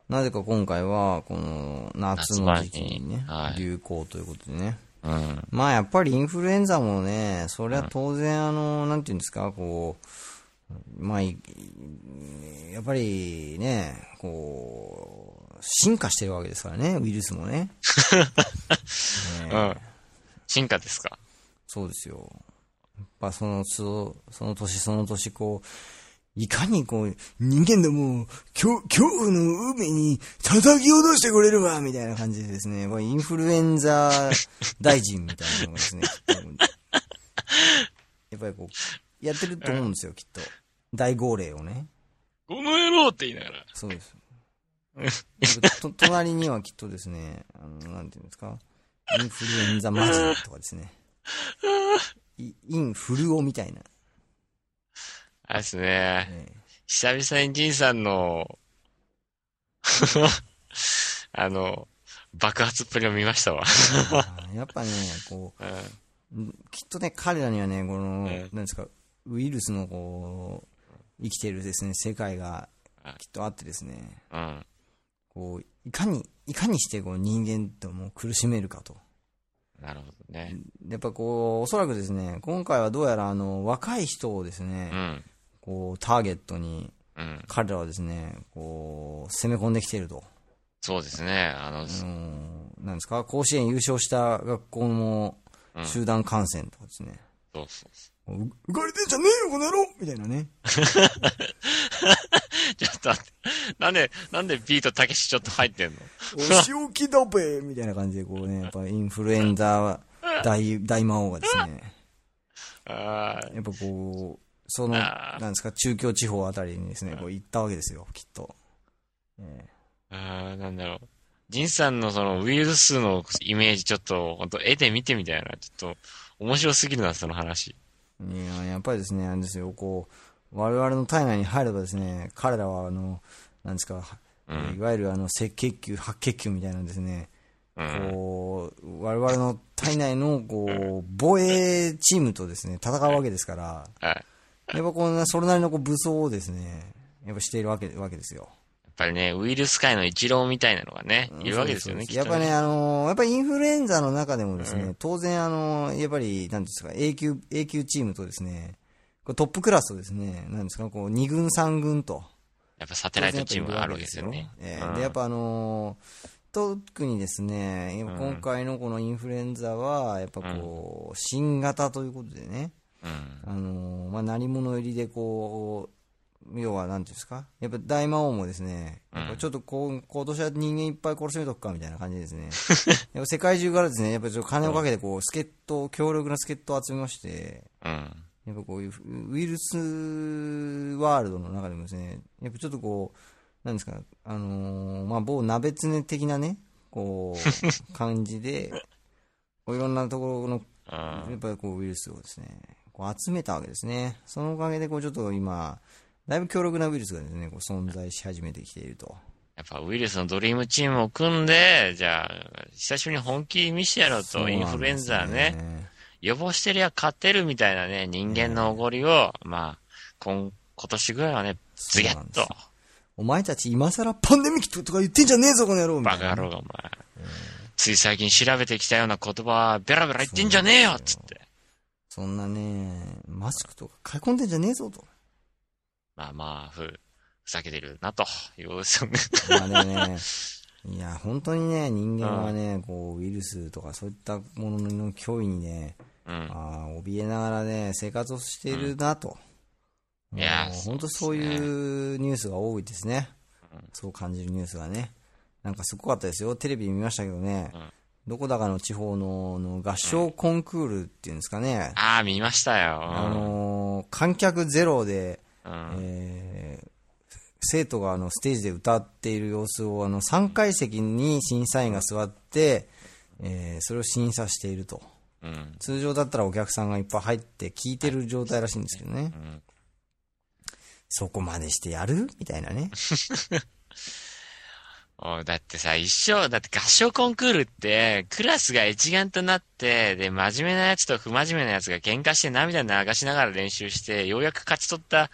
Speaker 2: なぜか今回は、この、夏の時期にね
Speaker 1: 夏場にはい、
Speaker 2: 流行ということでね。
Speaker 1: うん。
Speaker 2: まあやっぱりインフルエンザもね、それは当然あの、なんていうんですか、こう、まあ、いやっぱりね、こう、進化してるわけですからね、ウイルスもね。ね
Speaker 1: うん。進化ですか。
Speaker 2: そうですよ。やっぱその、そその年その年こう、いかにこう、人間どもを、今日、今日の海に叩き落としてくれるわみたいな感じでですね、これインフルエンザ大臣みたいなのがですね、きっとやっぱりこう、やってると思うんですよ、きっと。大号令をね。
Speaker 1: この野郎って言いながら。
Speaker 2: そ うです。と隣にはきっとですね、あの、なんていうんですか、インフルエンザマジとかですね、 いインフルオみたいな、
Speaker 1: あれですね。
Speaker 2: え
Speaker 1: 久々にじいさんの、 あの、爆発っぷりを見ましたわ。
Speaker 2: えやっぱね、こ
Speaker 1: うん。
Speaker 2: う、きっとね、彼らにはね、この、
Speaker 1: え
Speaker 2: なんですか、ウイルスのこう、生きてるですね、世界が
Speaker 1: はい
Speaker 2: きっとあってですね、
Speaker 1: うん。
Speaker 2: こう、いかに、いかにしてこう人間とも苦しめるかと。
Speaker 1: なるほどね。
Speaker 2: やっぱこう、おそらくですね、今回はどうやらあの、若い人をですね、
Speaker 1: うん。
Speaker 2: こう、ターゲットに、
Speaker 1: うん。
Speaker 2: 彼らはですね、こう、攻め込んできていると。
Speaker 1: そうですね。あの、
Speaker 2: あのーなんですか、甲子園優勝した学校の
Speaker 1: うん
Speaker 2: 集団感染とかですね。
Speaker 1: そうそうそう
Speaker 2: う浮かれてんじゃねえよ、この野郎みたいなね。
Speaker 1: う。ちょっと待って。なんで、なんでビートたけしちょっと入ってんの
Speaker 2: お仕置きだべみたいな感じで、こうね、やっぱインフルエンザ大、大魔王がですね、
Speaker 1: あー
Speaker 2: やっぱこう、その、
Speaker 1: あー
Speaker 2: なんですか、中京地方あたりにですね、こう行ったわけですよ、きっと。え
Speaker 1: あー、なんだろう。ジンさんのそのウイルスのイメージちょっと、ほんと絵で見てみたいな。ちょっと、面白すぎるな、その話。
Speaker 2: えいや、やっぱりですね、あれですよ、こう、我々の体内に入ればですね、彼らは、あの、なんですか、
Speaker 1: うん
Speaker 2: いわゆるあの赤血球、白血球みたいなんですね、
Speaker 1: うん。
Speaker 2: こう、我々の体内の、こう、防衛チームとですね、戦うわけですから、
Speaker 1: はい。やっ
Speaker 2: やっぱこんな、それなりのこう武装をですね、やっぱしているわけわけですよ。
Speaker 1: ぱりね、ウイルス界のイチローみたいなのがね、いるわけですよね、きっ
Speaker 2: やっ
Speaker 1: と
Speaker 2: ぱ
Speaker 1: ね。
Speaker 2: ね、あのーやっぱりインフルエンザの中でもですね、当然あのーやっぱり、なんですか、A 級、A 級チームとですね、こうトップクラスとですね、なんですか、こう、2軍、3軍と。
Speaker 1: やっぱサテライトチームがあるわけですよね。
Speaker 2: え
Speaker 1: う
Speaker 2: え
Speaker 1: ん
Speaker 2: で、やっぱあのー特にですね、今今回のこのインフルエンザは、やっぱこう、新型ということでね、
Speaker 1: うん。
Speaker 2: あのーまあ、鳴り物入りでこう、要はなんていうんですか、やっぱ大魔王もですね、やっぱちょっとこう今年は人間いっぱい殺しめとくかみたいな感じでですね、やっぱ世界中からですね、やっぱちょっと金をかけてこう、助っ人、強力な助っ人を集めまして、
Speaker 1: うん。
Speaker 2: やっぱこういうウイルスワールドの中でもですね、やっぱちょっとこう、なんですか、あのーまあ、某鍋つね的なね、こ う、感じで、こういろんなところの
Speaker 1: うん。
Speaker 2: やっぱりこうウイルスをですね、こう集めたわけですね。そのおかげで、こうちょっと今、だいぶ強力なウイルスがですね、こう存在し始めてきていると。
Speaker 1: やっぱウイルスのドリームチームを組んで、じゃあ、久しぶりに本気見してやろう
Speaker 2: そう
Speaker 1: と、
Speaker 2: なん
Speaker 1: イ
Speaker 2: ですね
Speaker 1: ンフルエンザね、。予防してりゃ勝てるみたいなね、人間のおごりを、まあ、今、今年ぐらいはね、ズギャッ
Speaker 2: そう
Speaker 1: と
Speaker 2: なんで、お前たち今更パンデミックとか言ってんじゃねえぞ、この野郎みた
Speaker 1: バ
Speaker 2: いな。
Speaker 1: カ野郎がお前、つい最近調べてきたような言葉、ベラベラ言ってんじゃねえよっつって。
Speaker 2: そんなね、マスクとか買い込んでんじゃねえぞと。
Speaker 1: まあまあ、ふ、ふざけてるな、 ということですよね。
Speaker 2: まあでもね、いや、本当にね、人間はね、こう、ウイルスとかそういったものの脅威にね、
Speaker 1: うん。
Speaker 2: あー怯えながらね、生活をしているなと。
Speaker 1: うんいやー
Speaker 2: もう本当そういうニュースが多いですね。そう感じるニュースがね。なんかすごかったですよ。テレビ見ましたけどね。
Speaker 1: うん
Speaker 2: どこだかの地方のあの合唱コンクールっていうんですかね。
Speaker 1: ああ、見ました
Speaker 2: あ
Speaker 1: よ。
Speaker 2: のー観客ゼロで、
Speaker 1: うん。
Speaker 2: えー生徒があのステージで歌っている様子をあの3階席に審査員が座って、えーそれを審査していると。
Speaker 1: うん。
Speaker 2: 通常だったらお客さんがいっぱい入って聞いてる状態らしいんですけどね。
Speaker 1: ん
Speaker 2: そこまでしてやるみたいなね。
Speaker 1: おうだってさ、一生、だって合唱コンクールって、クラスが一丸となって、で、真面目なやつと不真面目なやつが喧嘩して涙流しながら練習して、ようやく勝ち取った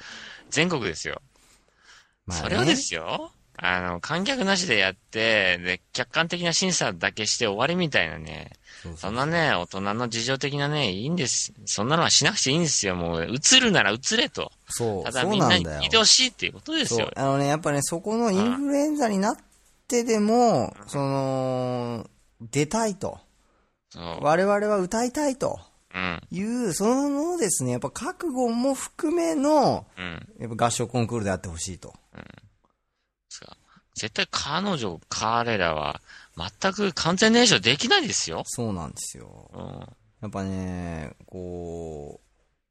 Speaker 1: 全国ですよ。
Speaker 2: まあね
Speaker 1: それをですよ、あの、観客なしでやって、で、客観的な審査だけして終わりみたいなね。
Speaker 2: そうそ
Speaker 1: そ
Speaker 2: うん
Speaker 1: なね、大人の事情的なね、いいんです。そんなのはしなくていいんですよ。もう、映るなら映れと。
Speaker 2: そう
Speaker 1: ただ
Speaker 2: そう
Speaker 1: みんな
Speaker 2: なん
Speaker 1: に
Speaker 2: だよ
Speaker 1: 聞い。てほしいっていうことです
Speaker 2: そう
Speaker 1: よ。
Speaker 2: あのね、やっぱね、そこのインフルエンザになってでも、その、出たいと。
Speaker 1: そう。
Speaker 2: 我々は歌いたいと
Speaker 1: うん。
Speaker 2: いう、そのですね、やっぱ覚悟も含めの、
Speaker 1: うん。
Speaker 2: やっぱ合唱コンクールであってほしいと。
Speaker 1: ですが、絶対彼女、彼らは、全く完全燃焼できないですよ。
Speaker 2: そうなんですよ。
Speaker 1: うん。
Speaker 2: やっぱね、こ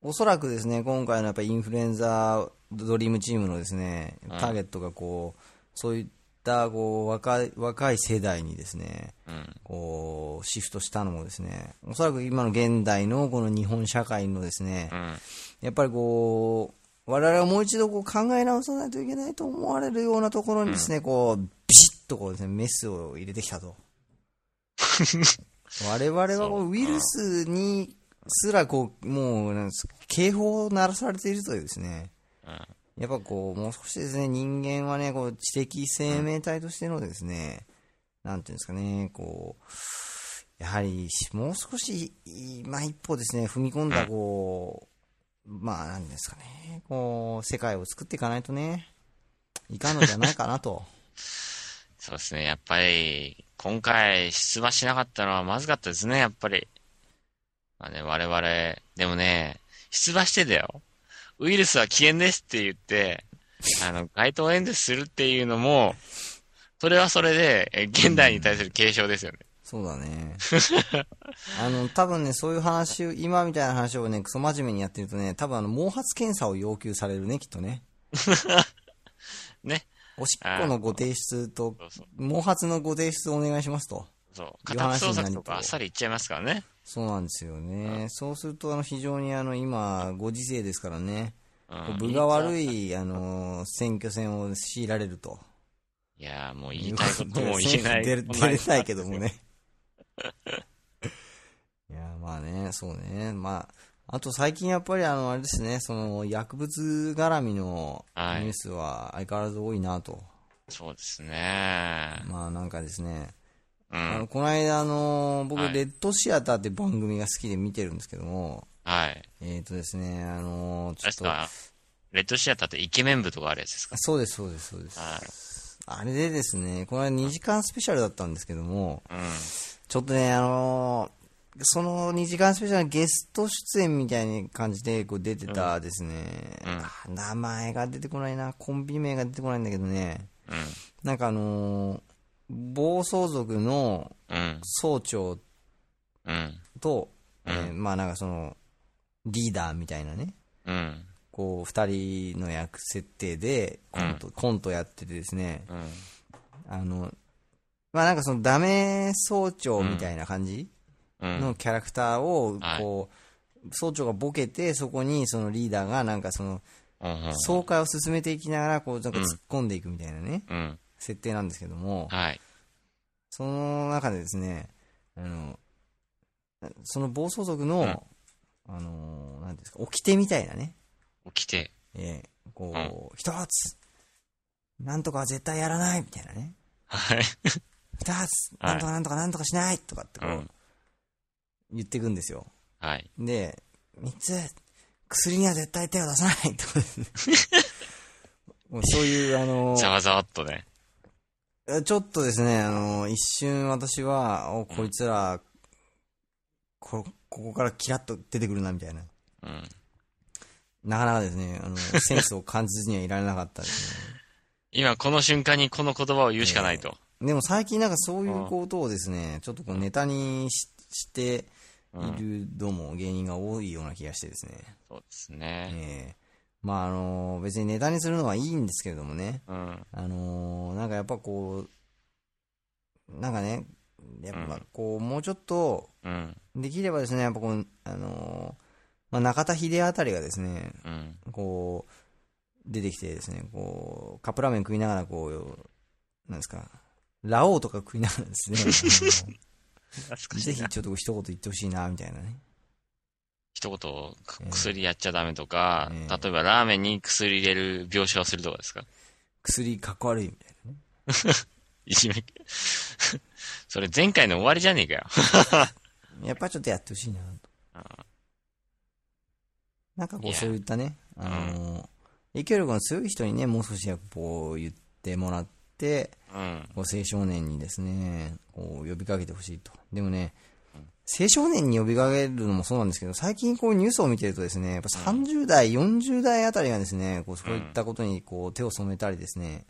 Speaker 2: う、おそらくですね、今回のやっぱインフルエンザドリームチームのですね、ターゲットがこう、そういったこう若い若い世代にですね、
Speaker 1: うん。
Speaker 2: こう、シフトしたのもですね、おそらく今の現代のこの日本社会のですね
Speaker 1: う、ん。
Speaker 2: やっぱりこう、我々はもう一度こう考え直さないといけないと思われるようなところにですね、こう、ビシッとこうですね、メスを入れてきたと。我々はこうウイルスにすらこう、もうなんです、警報を鳴らされているというですね、
Speaker 1: うん
Speaker 2: やっぱこう、もう少しですね、人間はね、こう、知的生命体としてのですね、なんていうんですかね、こう、やはり、もう少し、いまあ一歩ですね、踏み込んだ、こう、まあなんですかね、こう、世界を作っていかないとね、いかんのじゃないかなと。
Speaker 1: そうですね。やっぱり、今回出馬しなかったのはまずかったですね、やっぱり。まあね、我々、でもね、出馬してだよ。ウイルスは危険ですって言って、あの、街頭演説するっていうのも、それはそれで、え現代に対する警鐘ですよね。
Speaker 2: そうだね。 あの、多分ね、そういう話を、今みたいな話をね、クソ真面目にやってるとね、多分あの、毛髪検査を要求されるね、きっと ね。
Speaker 1: ね。
Speaker 2: おしっこのご提出と、
Speaker 1: そうそう。
Speaker 2: 毛髪のご提出お願いしますと。
Speaker 1: そう。家
Speaker 2: いう
Speaker 1: 宅
Speaker 2: 話
Speaker 1: 捜
Speaker 2: にな
Speaker 1: 索
Speaker 2: り
Speaker 1: とかあっさりいっちゃいますからね。
Speaker 2: そうなんですよね。そうすると、あの、非常にあの、今、ご時世ですからね、
Speaker 1: うん。
Speaker 2: 部が悪い、あの、選挙戦を強いられると。
Speaker 1: いやー、もう言いたいこと も言えない。
Speaker 2: 出れ出れないけどもね。 いや、まあね、そうね。まあ、あと最近やっぱりあの、あれですね、その、薬物絡みのニ
Speaker 1: はい
Speaker 2: ュースは相変わらず多いなと。
Speaker 1: そうですね。
Speaker 2: まあなんかですね、
Speaker 1: う
Speaker 2: あ
Speaker 1: ん。
Speaker 2: のこの間あの、僕、
Speaker 1: はい
Speaker 2: レッドシアターって番組が好きで見てるんですけども、
Speaker 1: はい。
Speaker 2: えっ、とですね、あの、ちょっ
Speaker 1: 確
Speaker 2: と、
Speaker 1: か、レッドシアターってイケメン部とかあるやつですか
Speaker 2: そうです、そうです、そうです。
Speaker 1: は
Speaker 2: あれでですね、この間2時間スペシャルだったんですけども、
Speaker 1: うん。
Speaker 2: ちょっとね、あのーその2時間スペシャルのゲスト出演みたいな感じでこう出てたですね、
Speaker 1: うん
Speaker 2: あー名前が出てこないな、コンビ名が出てこないんだけどね、
Speaker 1: う
Speaker 2: なんかあのー暴走族の
Speaker 1: ん。うん。
Speaker 2: 総長
Speaker 1: うん。
Speaker 2: と、えーまあなんかその、リーダーみたいなね、
Speaker 1: うん。
Speaker 2: こう、二人の役設定でコント、コントやっててですね、
Speaker 1: うん。
Speaker 2: あの、まあなんかそのダメ総長みたいな感じ、
Speaker 1: うん。
Speaker 2: のキャラクターを
Speaker 1: はい
Speaker 2: こう、総長がボケてそこにそのリーダーがなんかその
Speaker 1: うん。
Speaker 2: 総会を進めていきながらこうなんか突っ込んでいくみたいなね、
Speaker 1: うん。
Speaker 2: 設定なんですけども、
Speaker 1: はい。
Speaker 2: その中でですねあのその暴走族の、あのなんていうんですか掟みたいなね、
Speaker 1: 起きて。
Speaker 2: ええこう一、つなんとかは絶対やらないみたいなね
Speaker 1: はい。
Speaker 2: 二つ
Speaker 1: はい
Speaker 2: なんとかなんとかなんとかしないとかってこ う、
Speaker 1: うん
Speaker 2: 言っていくんですよ
Speaker 1: はい。
Speaker 2: で、三つ、薬には絶対手を出さないとかですねもうそういう、あの
Speaker 1: ざわざわっとね。
Speaker 2: ちょっとですね、あの一瞬私は、お、こいつら、こ、ここからキラッと出てくるな、みたいな。
Speaker 1: うん。
Speaker 2: なかなかですね、あの、センスを感じずにはいられなかったですね。
Speaker 1: 今この瞬間にこの言葉を言うしかないと。
Speaker 2: でも最近なんかそういうことをですね、ちょっとこうネタにししている、どうも芸人が多いような気がしてですね。
Speaker 1: そうですね。
Speaker 2: ええまああの別にネタにするのはいいんですけれどもね、
Speaker 1: うん。
Speaker 2: あのーなんかやっぱこう、なんかね、やっぱこう、もうちょっと、
Speaker 1: うん。
Speaker 2: できればですね、やっぱこう、あのーまあ、中田秀あたりがですね、
Speaker 1: うん。
Speaker 2: こう、出てきてですね、こう、カップラーメン食いながら、こう、なんですか、ラオウとか食いながらですね、あの
Speaker 1: 懐
Speaker 2: ぜひ。ちょっと一言言ってほしいな、みたいなね。
Speaker 1: 一言、く薬やっちゃダメとか、
Speaker 2: ええ
Speaker 1: 例えばラーメンに薬入れる描写をするとかですか
Speaker 2: 薬かっこ悪い、みたい
Speaker 1: いじめ。それ前回の終わりじゃねえかよ。
Speaker 2: な。やっぱちょっとやってほしいな、と。なんかこ
Speaker 1: いうや
Speaker 2: そういったね、あのー影響力の強い人にね、もう少しやっぱこう言ってもらって、
Speaker 1: うん。
Speaker 2: こう青少年にですね、こう呼びかけてほしいと。でもね、青少年に呼びかけるのもそうなんですけど、最近こうニュースを見てるとですね、やっぱ30代、40代あたりがですね、こうそういったことにこう手を染めたりですね、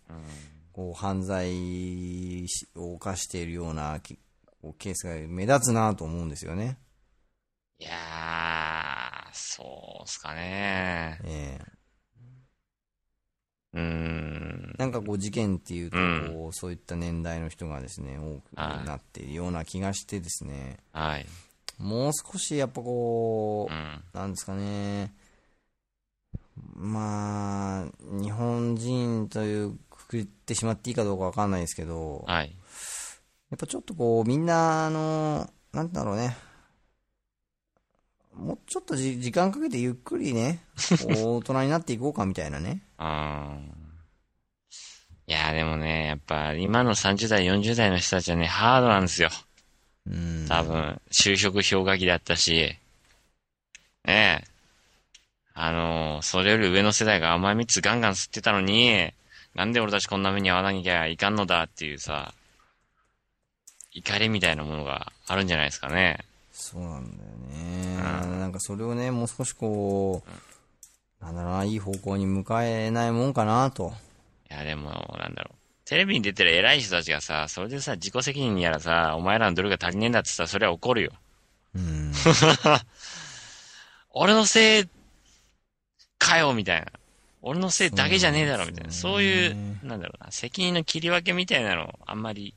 Speaker 2: こう犯罪を犯しているようなきこうケースが目立つなと思うんですよね。
Speaker 1: いやー、そうっすかね。
Speaker 2: ええ
Speaker 1: うーん。
Speaker 2: なんかこう事件っていうとこ
Speaker 1: うん
Speaker 2: う、そういった年代の人がですね、多く
Speaker 1: はい
Speaker 2: なっているような気がしてですね、
Speaker 1: はい。
Speaker 2: もう少しやっぱこ
Speaker 1: う
Speaker 2: う、
Speaker 1: ん。
Speaker 2: なんですかね、まあ、日本人というくくってしまっていいかどうかわかんないですけど、や
Speaker 1: はい。
Speaker 2: っぱちょっとこう、みんな、あの、なんだろうね、もうちょっとじ時間かけてゆっくりね、大人になっていこうかみたいなね。
Speaker 1: あーいやーでもね、やっぱ今の30代、40代の人たちはね、ハードなんですよ。
Speaker 2: うん。
Speaker 1: 多分、就職氷河期だったし、ねえ。あのーそれより上の世代が甘い蜜ガンガン吸ってたのに、なんで俺たちこんな目に遭わなきゃいかんのだっていうさ、怒りみたいなものがあるんじゃないですかね。
Speaker 2: そうなんだよね。なんかそれをね、もう少しこう、なんだろうな、いい方向に向かえないもんかなと。
Speaker 1: いや、でも、なんだろう。テレビに出てる偉い人たちがさ、それでさ、自己責任やらさ、お前らの努力が足りねえんだってさ、それは怒るよ。
Speaker 2: うん。
Speaker 1: 俺のせいかよ、みたいな。俺のせいだけじゃねえだろ、みたいな。
Speaker 2: そ
Speaker 1: そう
Speaker 2: うなんです
Speaker 1: い
Speaker 2: よね
Speaker 1: う、なんだろうな、責任の切り分けみたいなの、あんまり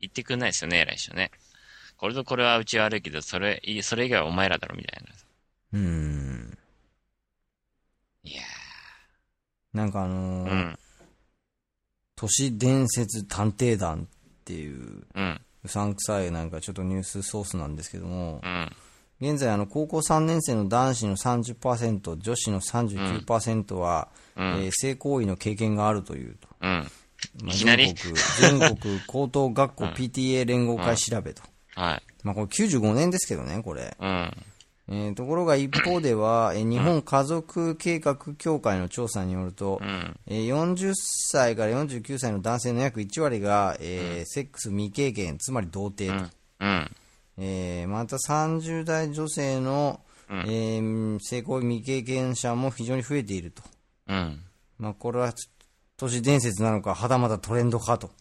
Speaker 1: 言ってくんないですよね、偉い人ね。これとこれはうちは悪いけど、それ、いそれ以外はお前らだろ、みたいな。
Speaker 2: うん。
Speaker 1: いや
Speaker 2: なんかあの
Speaker 1: ー、
Speaker 2: ー
Speaker 1: うん、
Speaker 2: 都市伝説探偵団っていう、
Speaker 1: うん、
Speaker 2: うさんくさいなんかちょっとニュースソースなんですけども
Speaker 1: う、ん、
Speaker 2: 現在あの、高校3年生の男子の30%、女子の39%は、
Speaker 1: う
Speaker 2: え
Speaker 1: ん、
Speaker 2: ー性行為の経験があるというと。
Speaker 1: うん。
Speaker 2: まあ
Speaker 1: いきなり
Speaker 2: 全国、全国高等学校 PTA 連合会調べと。
Speaker 1: はい、
Speaker 2: まあこれ95年ですけどね、これ。
Speaker 1: うん、
Speaker 2: えーところが一方 では、えー日本家族計画協会の調査によると、
Speaker 1: うん、
Speaker 2: えー40歳から49歳の男性の約1割が、えーセックス未経験、つまり童貞と。
Speaker 1: うん、
Speaker 2: えーまた30代女性の、えー性行為未経験者も非常に増えていると。
Speaker 1: うん。
Speaker 2: まあこれは都市伝説なのか、はたまたトレンドかと。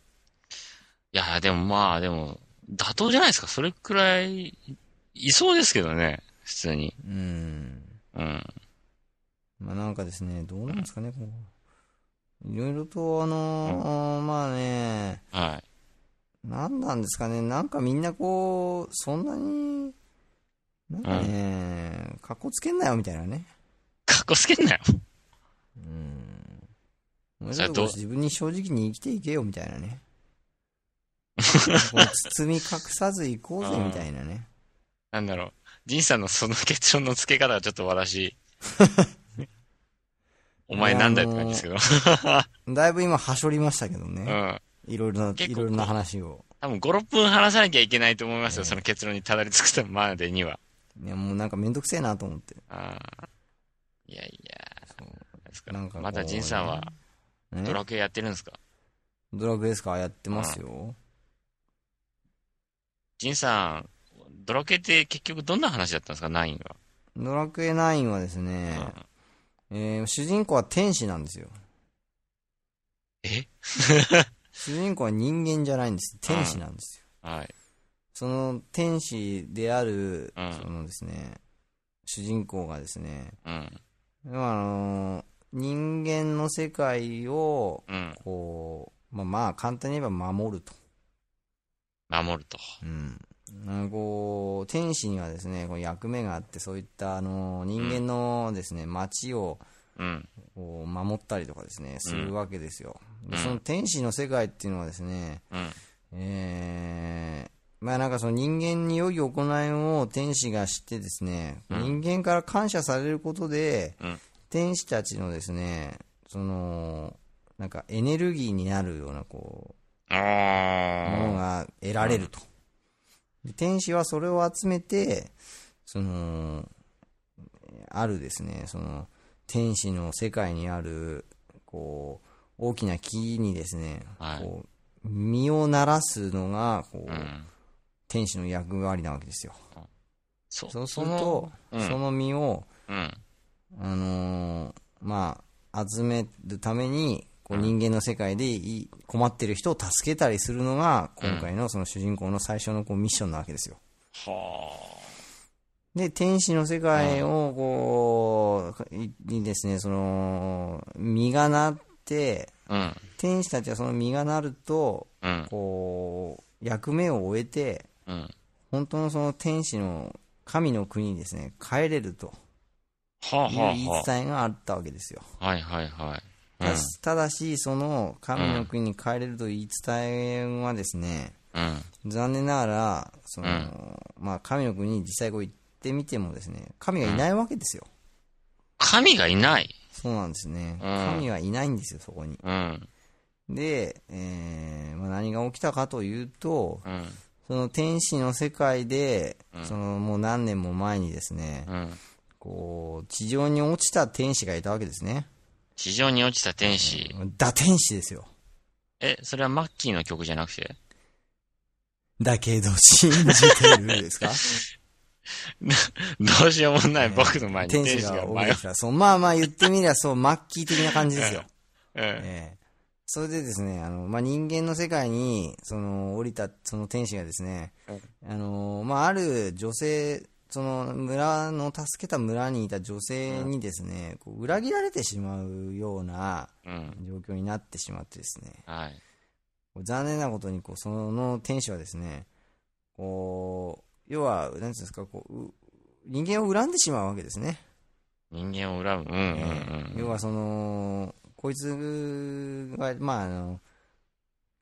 Speaker 1: いやーでもまあ、でも、妥当じゃないですか。それくらい、いそうですけどね、普通に。
Speaker 2: うん。
Speaker 1: うん、
Speaker 2: まあなんかですね、どうなんですかね、こう。いろいろと、あのーまあね、
Speaker 1: はい。
Speaker 2: なんなんですかね、なんかみんなこう、そんなに、なんかね、かっこつけんなよみたいなね。
Speaker 1: かっこつけんなよ。
Speaker 2: もう
Speaker 1: そ
Speaker 2: ちょ
Speaker 1: れ
Speaker 2: っ
Speaker 1: は
Speaker 2: と
Speaker 1: どう
Speaker 2: こう自分に正直に生きていけよみたい なね。こう包み隠さずいこうぜみたいなね。
Speaker 1: なんだろう。ジンさんのその結論の付け方がちょっと私 お前なんだよって感じですけど。
Speaker 2: だいぶ今、はしょりましたけど
Speaker 1: う
Speaker 2: ね。
Speaker 1: ん。
Speaker 2: いろいろな、
Speaker 1: 結
Speaker 2: い
Speaker 1: 構
Speaker 2: ろいろな話を。
Speaker 1: 多分5、6分話さなきゃいけないと思いますよ。その結論にたどり着くまでには。
Speaker 2: いや、もうなんかめんどくせえなと思って。
Speaker 1: ああ。いやいや。ですか
Speaker 2: なんかこう
Speaker 1: まだジンさんは
Speaker 2: ね
Speaker 1: ドラクエやってるんですか
Speaker 2: ドラクエですかやってますよ。
Speaker 1: ジンさん、ドラクエって結局どんな話だったんですか ?9 は。
Speaker 2: ドラクエ9はですね、えー主人公は天使なんですよ。
Speaker 1: え
Speaker 2: 主人公は人間じゃないんです。天使なんですよ。
Speaker 1: うん。はい。
Speaker 2: その天使である、
Speaker 1: うん
Speaker 2: そのですね、主人公がですね、
Speaker 1: うん。
Speaker 2: まああの人間の世界を、
Speaker 1: うん。
Speaker 2: こう、まあまあ簡単に言えば守ると。
Speaker 1: 守ると。
Speaker 2: うん。なんかこう、天使にはですね、こう役目があって、そういった、あの人間のですね、街を、
Speaker 1: うん。
Speaker 2: こう守ったりとかですね、するわけですよ。で
Speaker 1: うん
Speaker 2: その天使の世界っていうのはですね、
Speaker 1: うん。
Speaker 2: えー、まあなんかその人間に良い行いを天使がしてですね、人間から感謝されることで、
Speaker 1: うん
Speaker 2: 天使たちのですね、その、なんかエネルギーになるようなこう、もの
Speaker 1: ああ。
Speaker 2: が得られると。で天使はそれを集めて、その、あるですね、その、天使の世界にある、こう、大きな木にですね、
Speaker 1: はい
Speaker 2: こう、実をならすのが、こう、
Speaker 1: うん。
Speaker 2: 天使の役割なわけですよ。
Speaker 1: そ
Speaker 2: そうすると、
Speaker 1: う
Speaker 2: そ
Speaker 1: ん
Speaker 2: の,、実を、
Speaker 1: うん。
Speaker 2: あのーまあ、集めるために、こう人間の世界でいい困ってる人を助けたりするのが、今回のその主人公の最初のこうミッションなわけですよ。
Speaker 1: は
Speaker 2: で、天使の世界を、こう、いにですね、その、実がなって、
Speaker 1: あ。うん。
Speaker 2: 天使たちはその実がなると、
Speaker 1: うん。
Speaker 2: こう、役目を終えて、
Speaker 1: うん。
Speaker 2: 本当のその天使の神の国にですね、帰れると
Speaker 1: はあ
Speaker 2: いう
Speaker 1: は
Speaker 2: 言い
Speaker 1: あは
Speaker 2: 伝えがあったわけですよ。
Speaker 1: あ。はいはいはい。
Speaker 2: ただただし、その神の国に帰れるという言い伝えはですね、
Speaker 1: うん。
Speaker 2: 残念ながら、その、まあ神の国に実際こう行ってみてもですね、神がいないわけですよ。
Speaker 1: 神がいない。
Speaker 2: そうなんですね。
Speaker 1: ん
Speaker 2: 神はいないんですよ、そこに。
Speaker 1: うん。
Speaker 2: で、えーまあ、何が起きたかというと、
Speaker 1: うん。
Speaker 2: その天使の世界で、そのもう何年も前にですね、
Speaker 1: うん。
Speaker 2: こう、地上に落ちた天使がいたわけですね。
Speaker 1: 地上に落ちた天使。
Speaker 2: 打天使ですよ。
Speaker 1: え、それはマッキーの曲じゃなくて
Speaker 2: だけど信じてるですか
Speaker 1: どうしようもない僕の前に
Speaker 2: 天
Speaker 1: 天
Speaker 2: 使
Speaker 1: 使
Speaker 2: が
Speaker 1: が
Speaker 2: 降り
Speaker 1: 迷
Speaker 2: てきた。そう、まあまあ言ってみりゃそう、マッキー的な感じで すよ。
Speaker 1: う。
Speaker 2: ええそれでですね、あの、まあ、人間の世界に、その、降りた、その天使がですね、あの、まあ、ある女性、その村の助けた村にいた女性にですね、こう裏切られてしまうような
Speaker 1: うん。うん。
Speaker 2: 状況になってしまってですね、
Speaker 1: はい。
Speaker 2: 残念なことにこう、その天使はですね、こう、要は、なんていうんですか、こう、う人間を恨んでしまうわけですね。
Speaker 1: 人間を恨む。うんうん
Speaker 2: えー
Speaker 1: うん。
Speaker 2: 要はその、こいつが、まあ、あの、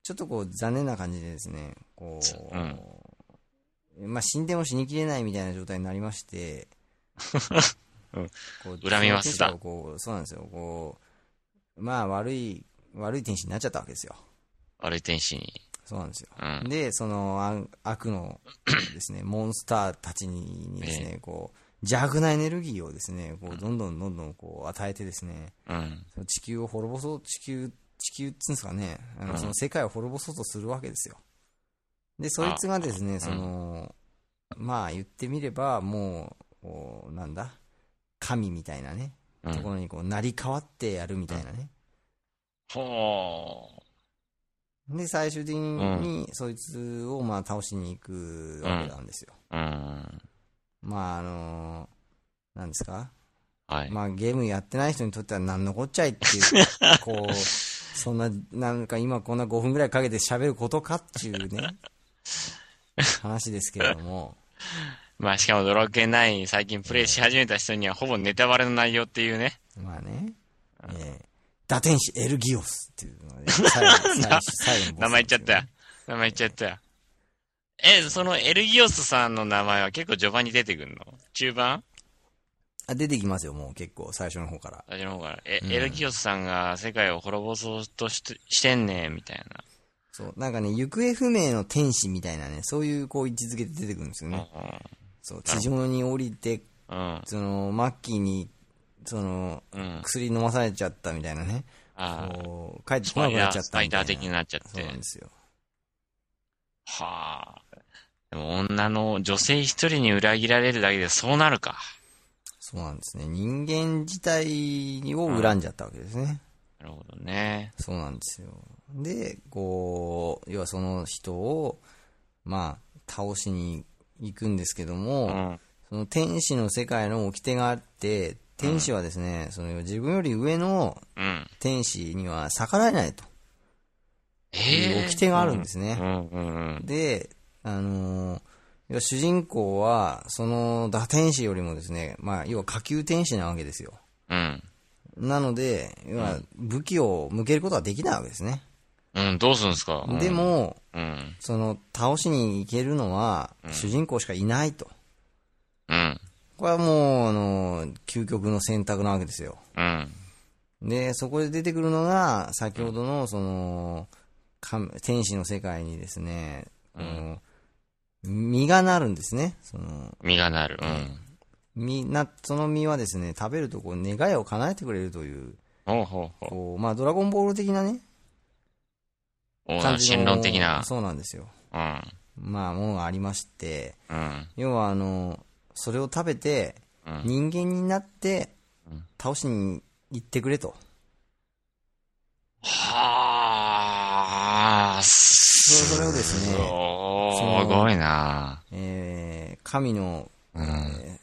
Speaker 2: ちょっとこう残念な感じでですね、こう、まあ死んでも死にきれないみたいな状態になりま して、
Speaker 1: うん
Speaker 2: こう
Speaker 1: 恨みますだ
Speaker 2: その天使がこうそうなんですよ、こう、まあ悪い、悪い天使になっちゃったわけですよ。
Speaker 1: 悪い天使に。
Speaker 2: そうなんですよ。
Speaker 1: うん。
Speaker 2: で、そのあん悪 のですね、モンスターたちににですね、こう、邪悪なエネルギーをですね、こう、どんどんどんどんこう、与えてですね、
Speaker 1: うん。
Speaker 2: その地球を滅ぼそう、地球、地球っつうんですかね、あ
Speaker 1: う
Speaker 2: の
Speaker 1: ん
Speaker 2: その世界を滅ぼそうとするわけですよ。で、そいつがですね、その、まあ言ってみれば、もう、こうなんだ、神みたいなね、
Speaker 1: う
Speaker 2: とこ
Speaker 1: ん。
Speaker 2: ろにこう、成り変わってやるみたいなね。
Speaker 1: ほ
Speaker 2: で、最終的に、そいつを、まあ倒しに行くわけなんですよ。
Speaker 1: う。うん。
Speaker 2: まああのなんですか
Speaker 1: はい。
Speaker 2: まあゲームやってない人にとっては何のこっちゃいっていう、 こう、そんな、なんか今こんな5分ぐらいかけて喋ることかっていうね、話ですけれども、
Speaker 1: まあしかもドラクエ9最近プレイし始めた人にはほぼネタバレの内容っていうね。
Speaker 2: まあね、えー、打天使エルギオスっていうの がね、最後、最後、最後のボス
Speaker 1: 名前言っちゃったよ。 名前言っちゃったよ。え、そのエルギオスさんの名前は結構序盤に出てくるの中盤
Speaker 2: あ出てきますよ、もう結構、最初の方から。
Speaker 1: 私の方から。え、エルギオスさんが世界を滅ぼそうとしてしてんねみたい
Speaker 2: そう、なんかね、行方不明の天使みたいなね、そういうこう位置づけで出てくるんですよ
Speaker 1: な
Speaker 2: ね。。そう、地上に降りて、
Speaker 1: うん。うん。
Speaker 2: その、マッキーに、その、
Speaker 1: うん。
Speaker 2: 薬飲まされちゃったみたいなね。
Speaker 1: ああ。
Speaker 2: こう帰って
Speaker 1: ス
Speaker 2: こな
Speaker 1: パ
Speaker 2: く
Speaker 1: イ
Speaker 2: な
Speaker 1: ダ
Speaker 2: っちゃ
Speaker 1: ー、
Speaker 2: っ
Speaker 1: ス
Speaker 2: た
Speaker 1: パ
Speaker 2: み
Speaker 1: イ
Speaker 2: た
Speaker 1: ダ
Speaker 2: い
Speaker 1: ー
Speaker 2: な。
Speaker 1: 的になっちゃっ
Speaker 2: そうなん
Speaker 1: て
Speaker 2: で。すよ。
Speaker 1: はあ。でも女の女性一人に裏切られるだけでそうなるか。
Speaker 2: そうなんですね。人間自体を恨んじゃったわけですね。
Speaker 1: なるほどね。
Speaker 2: そうなんですよ。で、こう、要はその人を、まあ、倒しに行くんですけども、
Speaker 1: うん。
Speaker 2: その天使の世界の掟があって、天使はですね、その自分より上の
Speaker 1: うん。
Speaker 2: 天使には逆らえないと
Speaker 1: え
Speaker 2: いう
Speaker 1: え。
Speaker 2: 掟があるんですね。
Speaker 1: うんうんうん。
Speaker 2: で、あのー要は主人公は、その打天使よりもですね、まあ、要は下級天使なわけですよ。
Speaker 1: うん。
Speaker 2: なので、要は武器を向けることはできないわけですね。
Speaker 1: うん、どうするんですかうん
Speaker 2: でも、
Speaker 1: うん。
Speaker 2: その倒しに行けるのは、主人公しかいないと。
Speaker 1: うん。
Speaker 2: これはもう、あのー究極の選択なわけですよ。
Speaker 1: うん。
Speaker 2: で、そこで出てくるのが、先ほどの、その、神天使の世界にですね、この実がなるんですね。その、
Speaker 1: 実がなる。うん。
Speaker 2: みな、その実はですね、食べるとこう願いを叶えてくれるという、
Speaker 1: ほうほうほ
Speaker 2: こう、まあドラゴンボール的なね、
Speaker 1: う。お
Speaker 2: 感
Speaker 1: ー
Speaker 2: じの
Speaker 1: 神論的な。
Speaker 2: そうなんですよ。
Speaker 1: うん。
Speaker 2: まあものがありまして、
Speaker 1: うん。
Speaker 2: 要はあの、それを食べて、
Speaker 1: うん
Speaker 2: 人間になって
Speaker 1: うん、
Speaker 2: 倒しに行ってくれと。
Speaker 1: はあ、す
Speaker 2: それをですね
Speaker 1: すごいな
Speaker 2: えー、神の、
Speaker 1: うん。
Speaker 2: え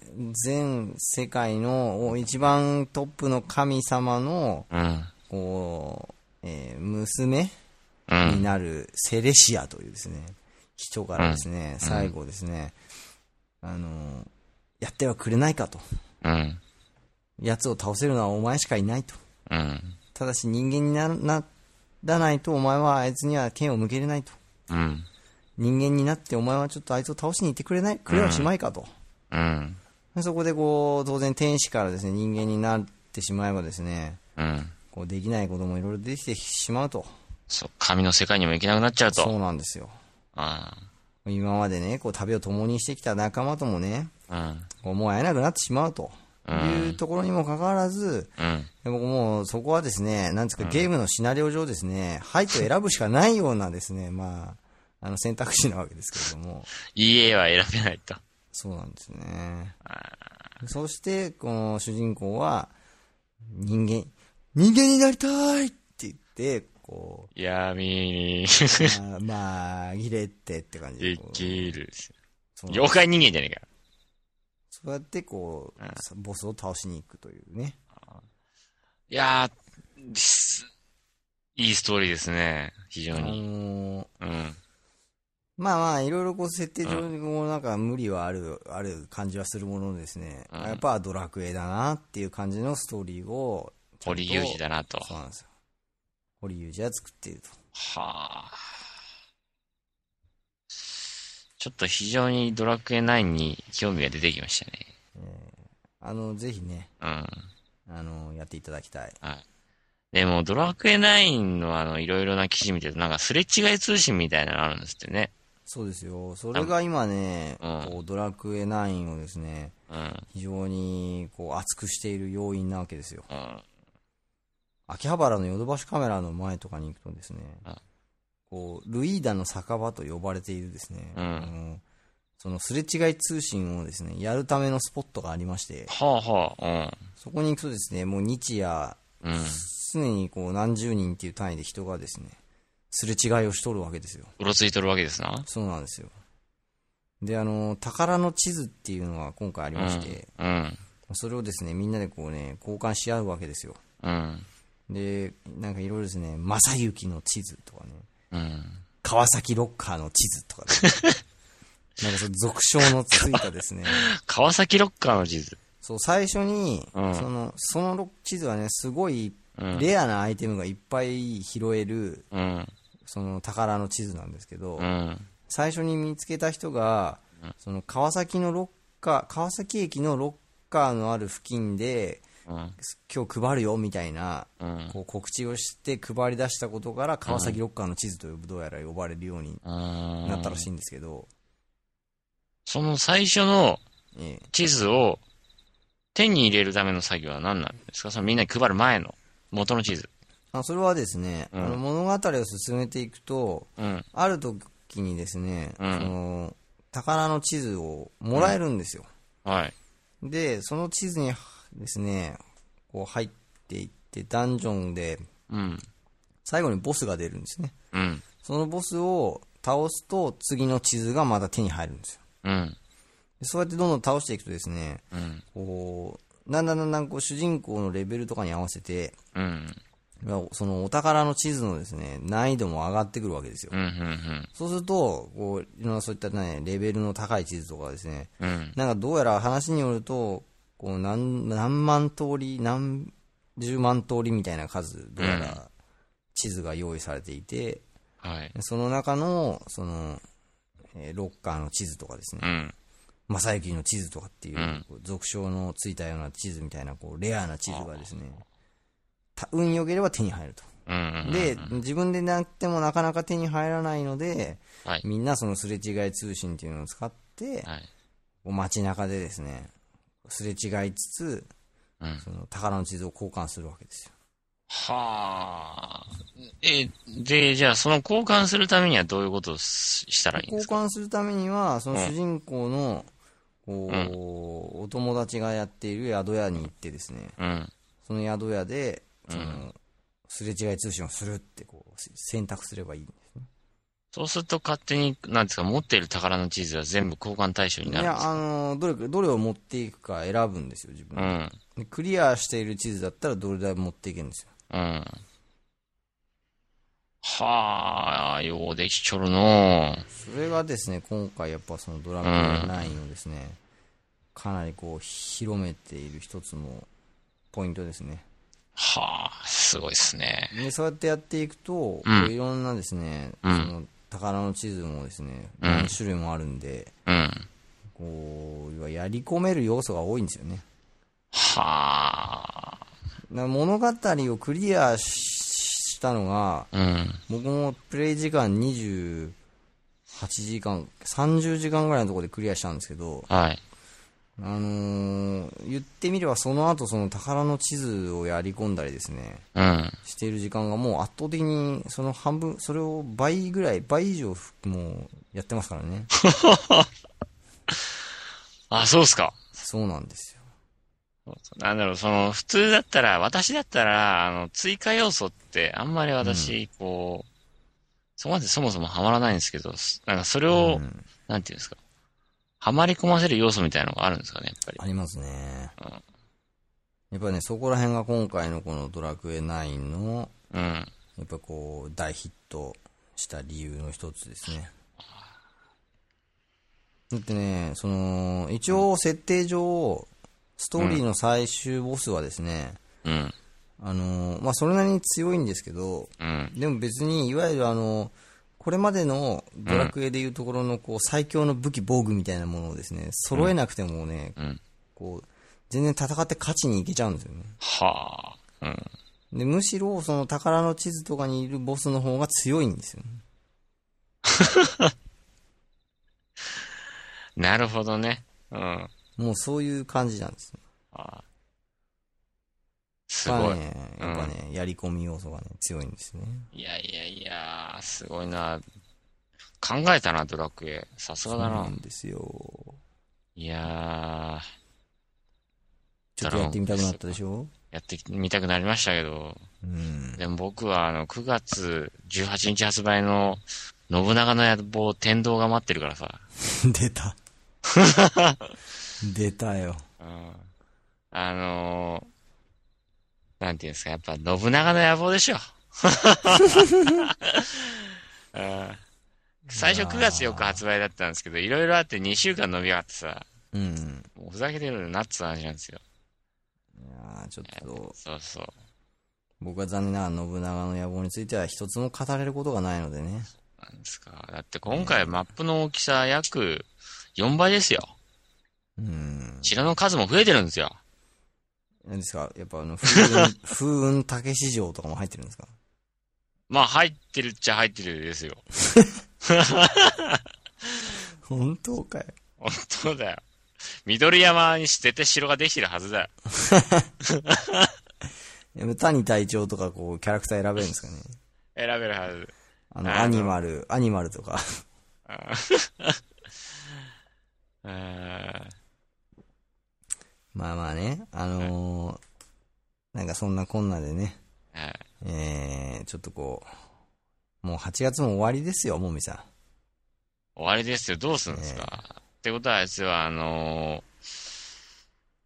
Speaker 2: ー全世界のお一番トップの神様の、
Speaker 1: うん。
Speaker 2: こう、えー娘
Speaker 1: う
Speaker 2: に
Speaker 1: ん。
Speaker 2: なるセレシアというですね、人からですね、最後ですね、あの、やってはくれないかと。
Speaker 1: うん。
Speaker 2: 奴を倒せるのはお前しかいないと。
Speaker 1: うん。
Speaker 2: ただし人間になならないとお前はあいつには剣を向けれないと。
Speaker 1: うん。
Speaker 2: 人間になってお前はちょっとあいつを倒しに行ってくれない、くれはしまいかと。
Speaker 1: うん。
Speaker 2: そこでこう、当然天使からですね、人間になってしまえばですね、
Speaker 1: うん。
Speaker 2: こうできないこともいろいろ出てきてしまうと。
Speaker 1: そう、神の世界にも行けなくなっちゃう
Speaker 2: そ
Speaker 1: と。
Speaker 2: うなんですよ。
Speaker 1: あ
Speaker 2: 今までね、こう旅を共にしてきた仲間ともね、
Speaker 1: あ
Speaker 2: こうもう会えなくなってしまうというところにもかかわらず、
Speaker 1: うん。うん。
Speaker 2: 僕もうそこはですね、なんですか、ゲームのシナリオ上ですね、はいと選ぶしかないようなですね、まあ、あの選択肢なわけですけれども、
Speaker 1: EA は選べないと。
Speaker 2: そうなんですね。そして、この主人公は、人間、人間になりたいって言って、こ
Speaker 1: 闇に
Speaker 2: う、まあ、まあ、切れてって感じで
Speaker 1: 生
Speaker 2: こう
Speaker 1: きる。
Speaker 2: そう
Speaker 1: 妖怪人間じゃねえか。
Speaker 2: そうやって、こう、さボスを倒しに行くというね。
Speaker 1: いやー、すいいストーリーですね。非
Speaker 2: あ
Speaker 1: 常
Speaker 2: の
Speaker 1: に。
Speaker 2: ー
Speaker 1: うん。
Speaker 2: まあまあ、いろいろこう、設定上にもなんか無理はある、ある感じはするもののですね、
Speaker 1: うん
Speaker 2: やっぱドラクエだなっていう感じのストーリーを、ちゃんと
Speaker 1: 堀裕二だなと。
Speaker 2: そうなんですよ。堀裕二は作っていると。
Speaker 1: はあ。ちょっと非常にドラクエ9に興味が出てきましたね。
Speaker 2: あの、ぜひね、
Speaker 1: うん。
Speaker 2: あの、やっていただきたい。
Speaker 1: でも、ドラクエ9のあの、いろいろな記事見てると、なんかすれ違い通信みたいなのあるんですってね。
Speaker 2: そうですよ。それが今ね、
Speaker 1: うん
Speaker 2: こうドラクエ9をですね、
Speaker 1: うん。
Speaker 2: 非常にこう熱くしている要因なわけですよ。
Speaker 1: うん。
Speaker 2: 秋葉原のヨドバシカメラの前とかに行くとですね
Speaker 1: うん、
Speaker 2: こう、ルイーダの酒場と呼ばれているですね、
Speaker 1: うん
Speaker 2: あのそのすれ違い通信をですね、やるためのスポットがありまして、
Speaker 1: はあはあ、
Speaker 2: そこに行くとですね、もう日夜、
Speaker 1: うん。うん。
Speaker 2: 常にこう何十人っていう単位で人がですね、すれ違いをしとるわけですよ。
Speaker 1: うろついとるわけですな。
Speaker 2: そうなんですよ。で、あの、宝の地図っていうのが今回ありまして、
Speaker 1: うん。
Speaker 2: それをですね、みんなでこうね、交換し合うわけですよ。
Speaker 1: うん。
Speaker 2: で、なんかいろいろですね、正幸の地図とかね、
Speaker 1: うん。
Speaker 2: 川崎ロッカーの地図とかね、 なんかその俗称のついたですね、
Speaker 1: 川崎ロッカーの地図。
Speaker 2: そう、最初に、
Speaker 1: うん
Speaker 2: その、そのロ地図はね、すごい
Speaker 1: うん
Speaker 2: レアなアイテムがいっぱい拾える、
Speaker 1: うん。
Speaker 2: その宝の地図なんですけど、
Speaker 1: うん。
Speaker 2: 最初に見つけた人が、その川崎のロッカー川崎駅のロッカーのある付近で
Speaker 1: うん。
Speaker 2: 今日配るよみたいな、
Speaker 1: うん
Speaker 2: こう告知をして配り出したことから川崎ロッカーの地図と呼ぶどうやら呼ばれるように
Speaker 1: うん。
Speaker 2: なったらしいんですけど、
Speaker 1: その最初の
Speaker 2: ええ
Speaker 1: 地図を手に入れるための作業は何なんですかそのみんなに配る前の元の地図。
Speaker 2: あそれはですね、
Speaker 1: ん
Speaker 2: あの物語を進めていくと
Speaker 1: うん。
Speaker 2: ある時にですね、
Speaker 1: うん
Speaker 2: その宝の地図をもらえるんですよ、
Speaker 1: はい。
Speaker 2: で、その地図にはですね、こう入っていって、ダンジョンで、
Speaker 1: うん。
Speaker 2: 最後にボスが出るんですね。
Speaker 1: うん。
Speaker 2: そのボスを倒すと、次の地図がまた手に入るんですよ。
Speaker 1: うん。
Speaker 2: でそうやってどんどん倒していくとですね、
Speaker 1: うん。
Speaker 2: こう、だんだんだんだんこう主人公のレベルとかに合わせて、
Speaker 1: うん。
Speaker 2: まあそのお宝の地図のですね、難易度も上がってくるわけですよ
Speaker 1: う。ん。うん。
Speaker 2: そうすると、こう、いろんなそういったね、レベルの高い地図とかですね、
Speaker 1: うん。
Speaker 2: なんかどうやら話によると、こう何何万通り、何十万通りみたいな数、どうやら地図が用意されていて、
Speaker 1: はい。
Speaker 2: その中の、その、えーロッカーの地図とかです
Speaker 1: う
Speaker 2: ね、
Speaker 1: ん。
Speaker 2: 正幸の地図とかっていう、
Speaker 1: うん
Speaker 2: こう俗称のついたような地図みたいな、こう、レアな地図がですね、た運良ければ手に入ると。
Speaker 1: うん。
Speaker 2: で、自分でなってもなかなか手に入らないので、
Speaker 1: はい。
Speaker 2: みんなそのすれ違い通信っていうのを使って、
Speaker 1: はい。
Speaker 2: こう街中でですね、すれ違いつつ、
Speaker 1: うん。
Speaker 2: その宝の地図を交換するわけですよ。
Speaker 1: はあ。え、で、じゃあその交換するためにはどういうことをししたらいいんで
Speaker 2: 交
Speaker 1: すか
Speaker 2: 換するためには、その主人公の、こう
Speaker 1: うん
Speaker 2: お友達がやっている宿屋に行ってですね、
Speaker 1: うん。
Speaker 2: その宿屋で、
Speaker 1: うん
Speaker 2: その、すれ違い通信をするってこう、せ選択すればいいんですね。
Speaker 1: そうすると勝手に、なんですか、持っている宝の地図は全部交換対象に
Speaker 2: い
Speaker 1: なるんで
Speaker 2: や、
Speaker 1: すか
Speaker 2: あの、どれ、どれを持っていくか選ぶんですよ、自分
Speaker 1: う
Speaker 2: で
Speaker 1: ん。
Speaker 2: でクリアしている地図だったらどれだけ持っていけるんですよ。
Speaker 1: うん。はあ、ようできちょるのう
Speaker 2: それがですね、今回やっぱそのドラクエ9をですね、かなりこう広めている一つのポイントですね。
Speaker 1: はあ、すごいっすね。
Speaker 2: で、そうやってやっていくと、
Speaker 1: うん
Speaker 2: こういろんなですね、
Speaker 1: うん
Speaker 2: その宝の地図もですね、
Speaker 1: うん
Speaker 2: 何種類もあるんで、
Speaker 1: うん。
Speaker 2: こう、要はやり込める要素が多いんですよね。
Speaker 1: はあ。
Speaker 2: な物語をクリアししたのが、
Speaker 1: うん。
Speaker 2: 僕もプレイ時間28時間、30時間ぐらいのところでクリアしたんですけど、
Speaker 1: はい。
Speaker 2: あのー言ってみればその後その宝の地図をやり込んだりですね、
Speaker 1: うん。
Speaker 2: している時間がもう圧倒的にその半分、それを倍ぐらい、倍以上もうやってますからね。
Speaker 1: あ、そうっすか。
Speaker 2: そうなんですよ。
Speaker 1: なんだろう、その、普通だったら、私だったら、あの、追加要素って、あんまり私、こう、そこまでそもそもハマらないんですけど、すなんかそれを、
Speaker 2: うん
Speaker 1: なんていうんですか、ハマり込ませる要素みたいなのがあるんですかね、やっぱり。
Speaker 2: ありますね
Speaker 1: うん。
Speaker 2: やっぱね、そこら辺が今回のこのドラクエ9の、
Speaker 1: うん。
Speaker 2: やっぱこう、大ヒットした理由の一つですね。だってね、その、一応設定上、ストーリーの最終ボスはですね、
Speaker 1: うん。
Speaker 2: あの、まあ、それなりに強いんですけど、
Speaker 1: うん。
Speaker 2: でも別に、いわゆるあの、これまでのドラクエでいうところのこう最強の武器、防具みたいなものをですね、揃えなくてもね、
Speaker 1: うん。
Speaker 2: こう、全然戦って勝ちにいけちゃうんですよね。
Speaker 1: はあ。うん。
Speaker 2: で、むしろその宝の地図とかにいるボスの方が強いんですよね。
Speaker 1: なるほどね。うん。
Speaker 2: もうそういう感じなんですね。
Speaker 1: あーす
Speaker 2: ま
Speaker 1: ご
Speaker 2: あ
Speaker 1: い。
Speaker 2: ね、やっぱね、やり込み要素がね、強いんですね。
Speaker 1: いやいやいや、すごいな。考えたな、ドラクエ。さすがだ
Speaker 2: な
Speaker 1: な。
Speaker 2: んですよ。
Speaker 1: いやー、
Speaker 2: ちょっとやってみたくなったでしょ
Speaker 1: やってみたくなりましたけど。
Speaker 2: うん。
Speaker 1: でも僕は、あの、9月18日発売の、信長の野望、天道が待ってるからさ。
Speaker 2: 出た。出たよ。
Speaker 1: うん。あのー、なんていうんですか、やっぱ、信長の野望でしょ。 うん最初9月4日発売だったんですけど、いろいろあって2週間伸び上がってさ、
Speaker 2: うん。
Speaker 1: もうふざけてるなっつう話なんですよ。
Speaker 2: いやーちょっと、
Speaker 1: そうそう。
Speaker 2: 僕は残念ながら信長の野望については一つも語れることがないのでね。
Speaker 1: なんですか。だって今回マップの大きさ約4倍ですよ。
Speaker 2: うん。
Speaker 1: 城の数も増えてるんですよ。
Speaker 2: 何ですかやっぱあの、風 雲、風雲竹市場とかも入ってるんですか
Speaker 1: まあ入ってるっちゃ入ってるですよ。
Speaker 2: 本当かよ。
Speaker 1: 本当だよ。緑山に絶対城ができてるはずだよ。
Speaker 2: でも谷隊長とかこう、キャラクター選べるんですかね
Speaker 1: 選べるはず。
Speaker 2: あの、
Speaker 1: あの
Speaker 2: アニマル、アニマルとか。
Speaker 1: うーん。
Speaker 2: まあまあね、あのーなんかそんなこんなでね、
Speaker 1: はい
Speaker 2: えー、ちょっとこう、もう8月も終わりですよ、もみさ。
Speaker 1: 終わりですよ。どうするんですか、ってことは、あいつは、あのー、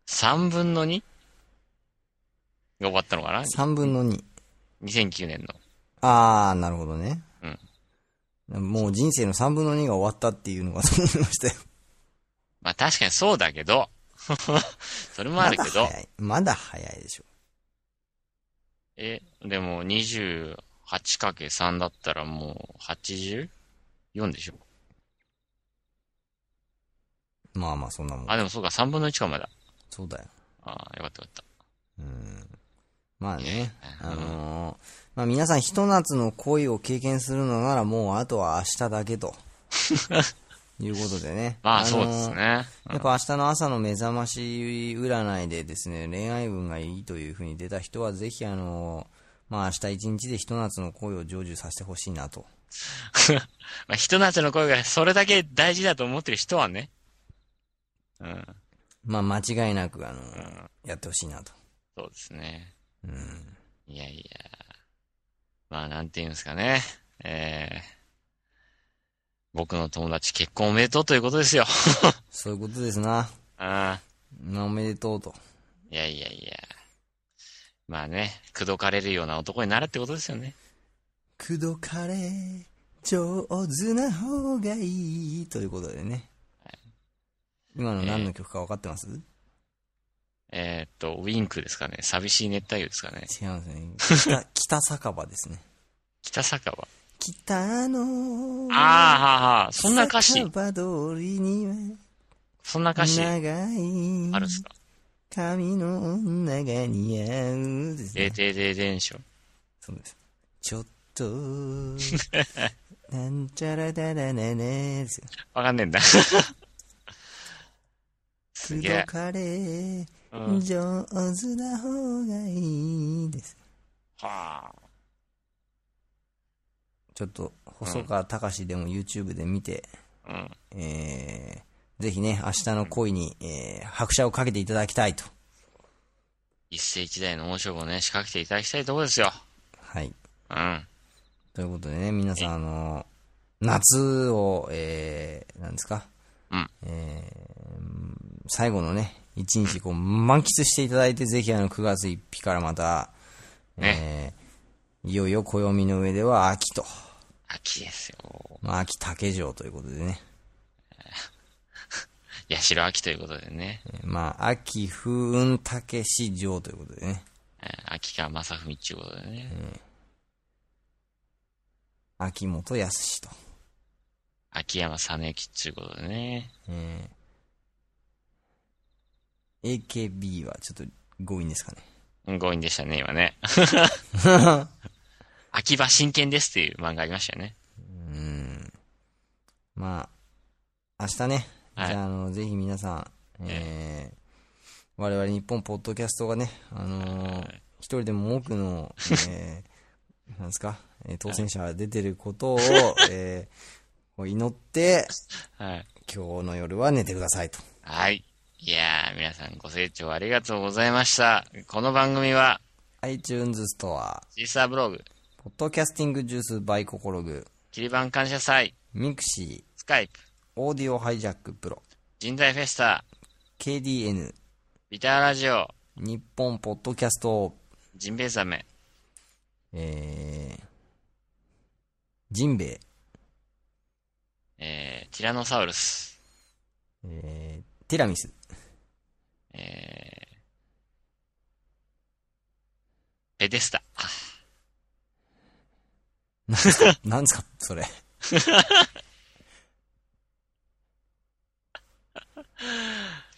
Speaker 1: 3分の 2? が終わったのかなん
Speaker 2: 3分の2。
Speaker 1: ?2009 年の。
Speaker 2: あー、なるほどね。もう人生の3分の2が終わったっていうのがそう思いましたよ。
Speaker 1: まあ確かにそうだけど、 それもあ
Speaker 2: ま
Speaker 1: る
Speaker 2: だ
Speaker 1: けど、
Speaker 2: 早い。まだ早いでしょ。
Speaker 1: え、でも 28×3 だったらもう 84? でしょ
Speaker 2: まあまあ、そんなもん
Speaker 1: あ、。でもそうか、3分の1かまだ。
Speaker 2: そうだよ。
Speaker 1: ああ、よかったよかっ
Speaker 2: うん。まあね、
Speaker 1: うん
Speaker 2: あのーまあ皆さん、ひと夏の恋を経験するのなら、もうあとは明日 だけと。いうことでね。
Speaker 1: た。まあ、
Speaker 2: のー
Speaker 1: そうですね。うん
Speaker 2: やっぱ明日の朝の目覚まし占いでですね、恋愛運がいいというふうに出た人は、ぜひあの、まあ明日一日で一夏の恋を成就させてほしいなと。
Speaker 1: まあ、ひと夏の声がそれだけ大事だと思ってる人はね。うん、
Speaker 2: まあ間違いなく、あの、
Speaker 1: ん
Speaker 2: やってほしいなと。
Speaker 1: そうですね。
Speaker 2: うん。
Speaker 1: いやいや。まあ、なんて言うんですかね。えー、僕の友達結婚おめでとうということですよ。
Speaker 2: そういうことですな。
Speaker 1: ああ、
Speaker 2: まあおめでとうと。
Speaker 1: いやいやいや。まあね、口説かれるような男になれってことですよね。
Speaker 2: 口説かれ、上手な方がいい。ということでね。今の何の曲か分かって ます、
Speaker 1: えーっと、ウィンクですかね。寂しい熱帯魚ですかね。
Speaker 2: 違うんですね。北、北酒場ですね。
Speaker 1: 北酒場。
Speaker 2: 北の。
Speaker 1: ああ、はあはあ。そんな歌詞
Speaker 2: 酒。場通りには
Speaker 1: そんな歌詞あ
Speaker 2: 長い
Speaker 1: るんすか
Speaker 2: 髪の女が似合うです
Speaker 1: デ
Speaker 2: ね
Speaker 1: ーデーデーデンション。
Speaker 2: そうです。ちょっ と、なんちゃらだだねねですよ。
Speaker 1: わかんねえ んだ。
Speaker 2: す
Speaker 1: げえ
Speaker 2: どかれ、
Speaker 1: うん。
Speaker 2: 上手な方がいいです。
Speaker 1: はあ。
Speaker 2: ちょっと、細川隆史でも YouTube で見て、
Speaker 1: うん。
Speaker 2: えー、ぜひね、明日の恋に、えー、拍車をかけていただきたいと。
Speaker 1: 一世一代の大勝負をね、仕掛けていただきたいところですよ。
Speaker 2: はい。
Speaker 1: うん。
Speaker 2: ということでね、皆さん、あの、夏を、えー、なんですか、
Speaker 1: うん
Speaker 2: えー最後のね、一日こう、満喫していただいて、ぜひあの、9月1日からまた、えーいよいよ暦の上では秋と、
Speaker 1: 秋ですよ。
Speaker 2: まあ、秋竹城ということでね、
Speaker 1: 八代秋ということでね。
Speaker 2: えーまあ、秋風雲竹市城ということでね、
Speaker 1: えー秋川正文っていうことでね。
Speaker 2: 秋元康と、
Speaker 1: 秋山実之っていうことでね。
Speaker 2: えー AKB はちょっと強引ですかね。
Speaker 1: うん強引でしたね、今 ね。秋葉真剣ですっていう漫画ありましたよね。
Speaker 2: うんまあ、明日ね、
Speaker 1: はい
Speaker 2: じゃあ、あの、ぜひ皆さん、えー我々日本ポッドキャストがね、あのー一人でも多くの、えー なんですか、えー当選者が出てることを、えーこう祈って、
Speaker 1: はい。
Speaker 2: 今日の夜は寝てくださいと。
Speaker 1: はい。いやー、皆さんご清聴ありがとうございました。この番組は、
Speaker 2: iTunes ストア、
Speaker 1: シーサーブログ、
Speaker 2: ポッドキャスティングジュース by ココログ、
Speaker 1: キリバン感謝祭、
Speaker 2: ミクシ
Speaker 1: スカイプ、
Speaker 2: ー、オーディオハイジャックプロ、
Speaker 1: 人材フェスタ、
Speaker 2: KDN、
Speaker 1: ビターラジオ、
Speaker 2: 日本ポッドキャスト、
Speaker 1: ジンベエザメ、
Speaker 2: えー、ジンベエ、
Speaker 1: えー、ティラノサウルス、
Speaker 2: えー、ティラミス、
Speaker 1: えー、ペデスタ。
Speaker 2: なんですか、それ。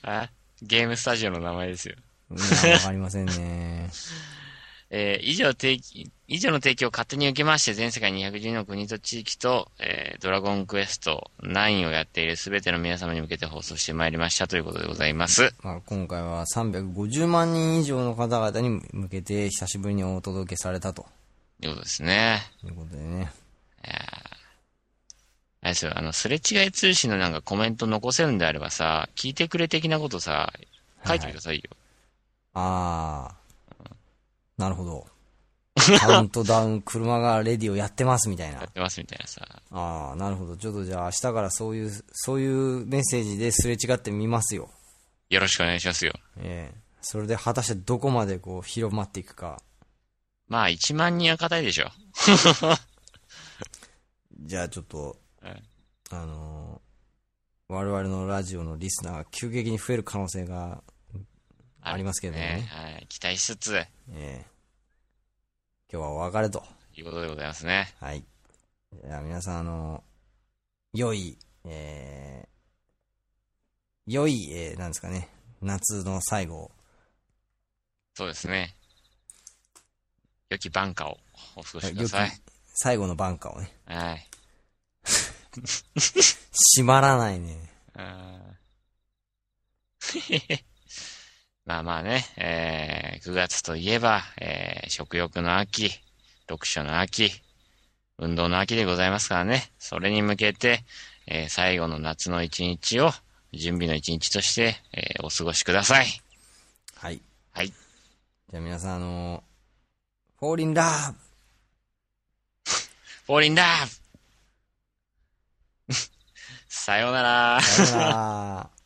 Speaker 1: あゲームスタジオの名前ですよ。
Speaker 2: うんわかりませんね。
Speaker 1: えー以上提起、以上の提供を勝手に受けまして、全世界210の国と地域と、えードラゴンクエスト9をやっているすべての皆様に向けて放送してまいりましたということでございます。
Speaker 2: まあ、今回は350万人以上の方々に向けて久しぶりにお届けされたと
Speaker 1: ということですね。
Speaker 2: いうことでね。
Speaker 1: あれですよ、あの、すれ違い通信のなんかコメント残せるんであればさ、聞いてくれ的なことさ、書いてくださいよ。
Speaker 2: あー、なるほど。カウントダウン車がレディをやってますみたいな
Speaker 1: や。ってますみたいなさ。
Speaker 2: あー、なるほど。ちょっとじゃあ明日からそういう、そういうメッセージですれ違ってみますよ。
Speaker 1: よろしくお願いしますよ。
Speaker 2: ええそれで果たしてどこまでこう広まっていくか。
Speaker 1: まあ、1万人は硬いでしょ。
Speaker 2: じゃあちょっと
Speaker 1: はい、
Speaker 2: あのー我々のラジオのリスナーが急激に増える可能性がありますけど
Speaker 1: ね
Speaker 2: ね。
Speaker 1: はい。期待しつつ、
Speaker 2: ええ今日はお別れと。
Speaker 1: いうことでございますね。
Speaker 2: はい。じゃあ皆さん、あのー良い、えー良い、えーなんですかね、夏の最後を
Speaker 1: そうですね。良き晩夏をお過ごしくだ
Speaker 2: 良き
Speaker 1: さい。
Speaker 2: 最後の晩夏をね、
Speaker 1: はい。
Speaker 2: 閉まらないね。
Speaker 1: あー まあまあね、えー9月といえば、えー食欲の秋、読書の秋、運動の秋でございますからね。それに向けて、えー最後の夏の一日を、準備の一日として、えーお過ごしください。
Speaker 2: はい。
Speaker 1: はい
Speaker 2: じゃあ皆さん、あのー、フォーリンラブ
Speaker 1: フォーリンラブ さようなら。
Speaker 2: さよなら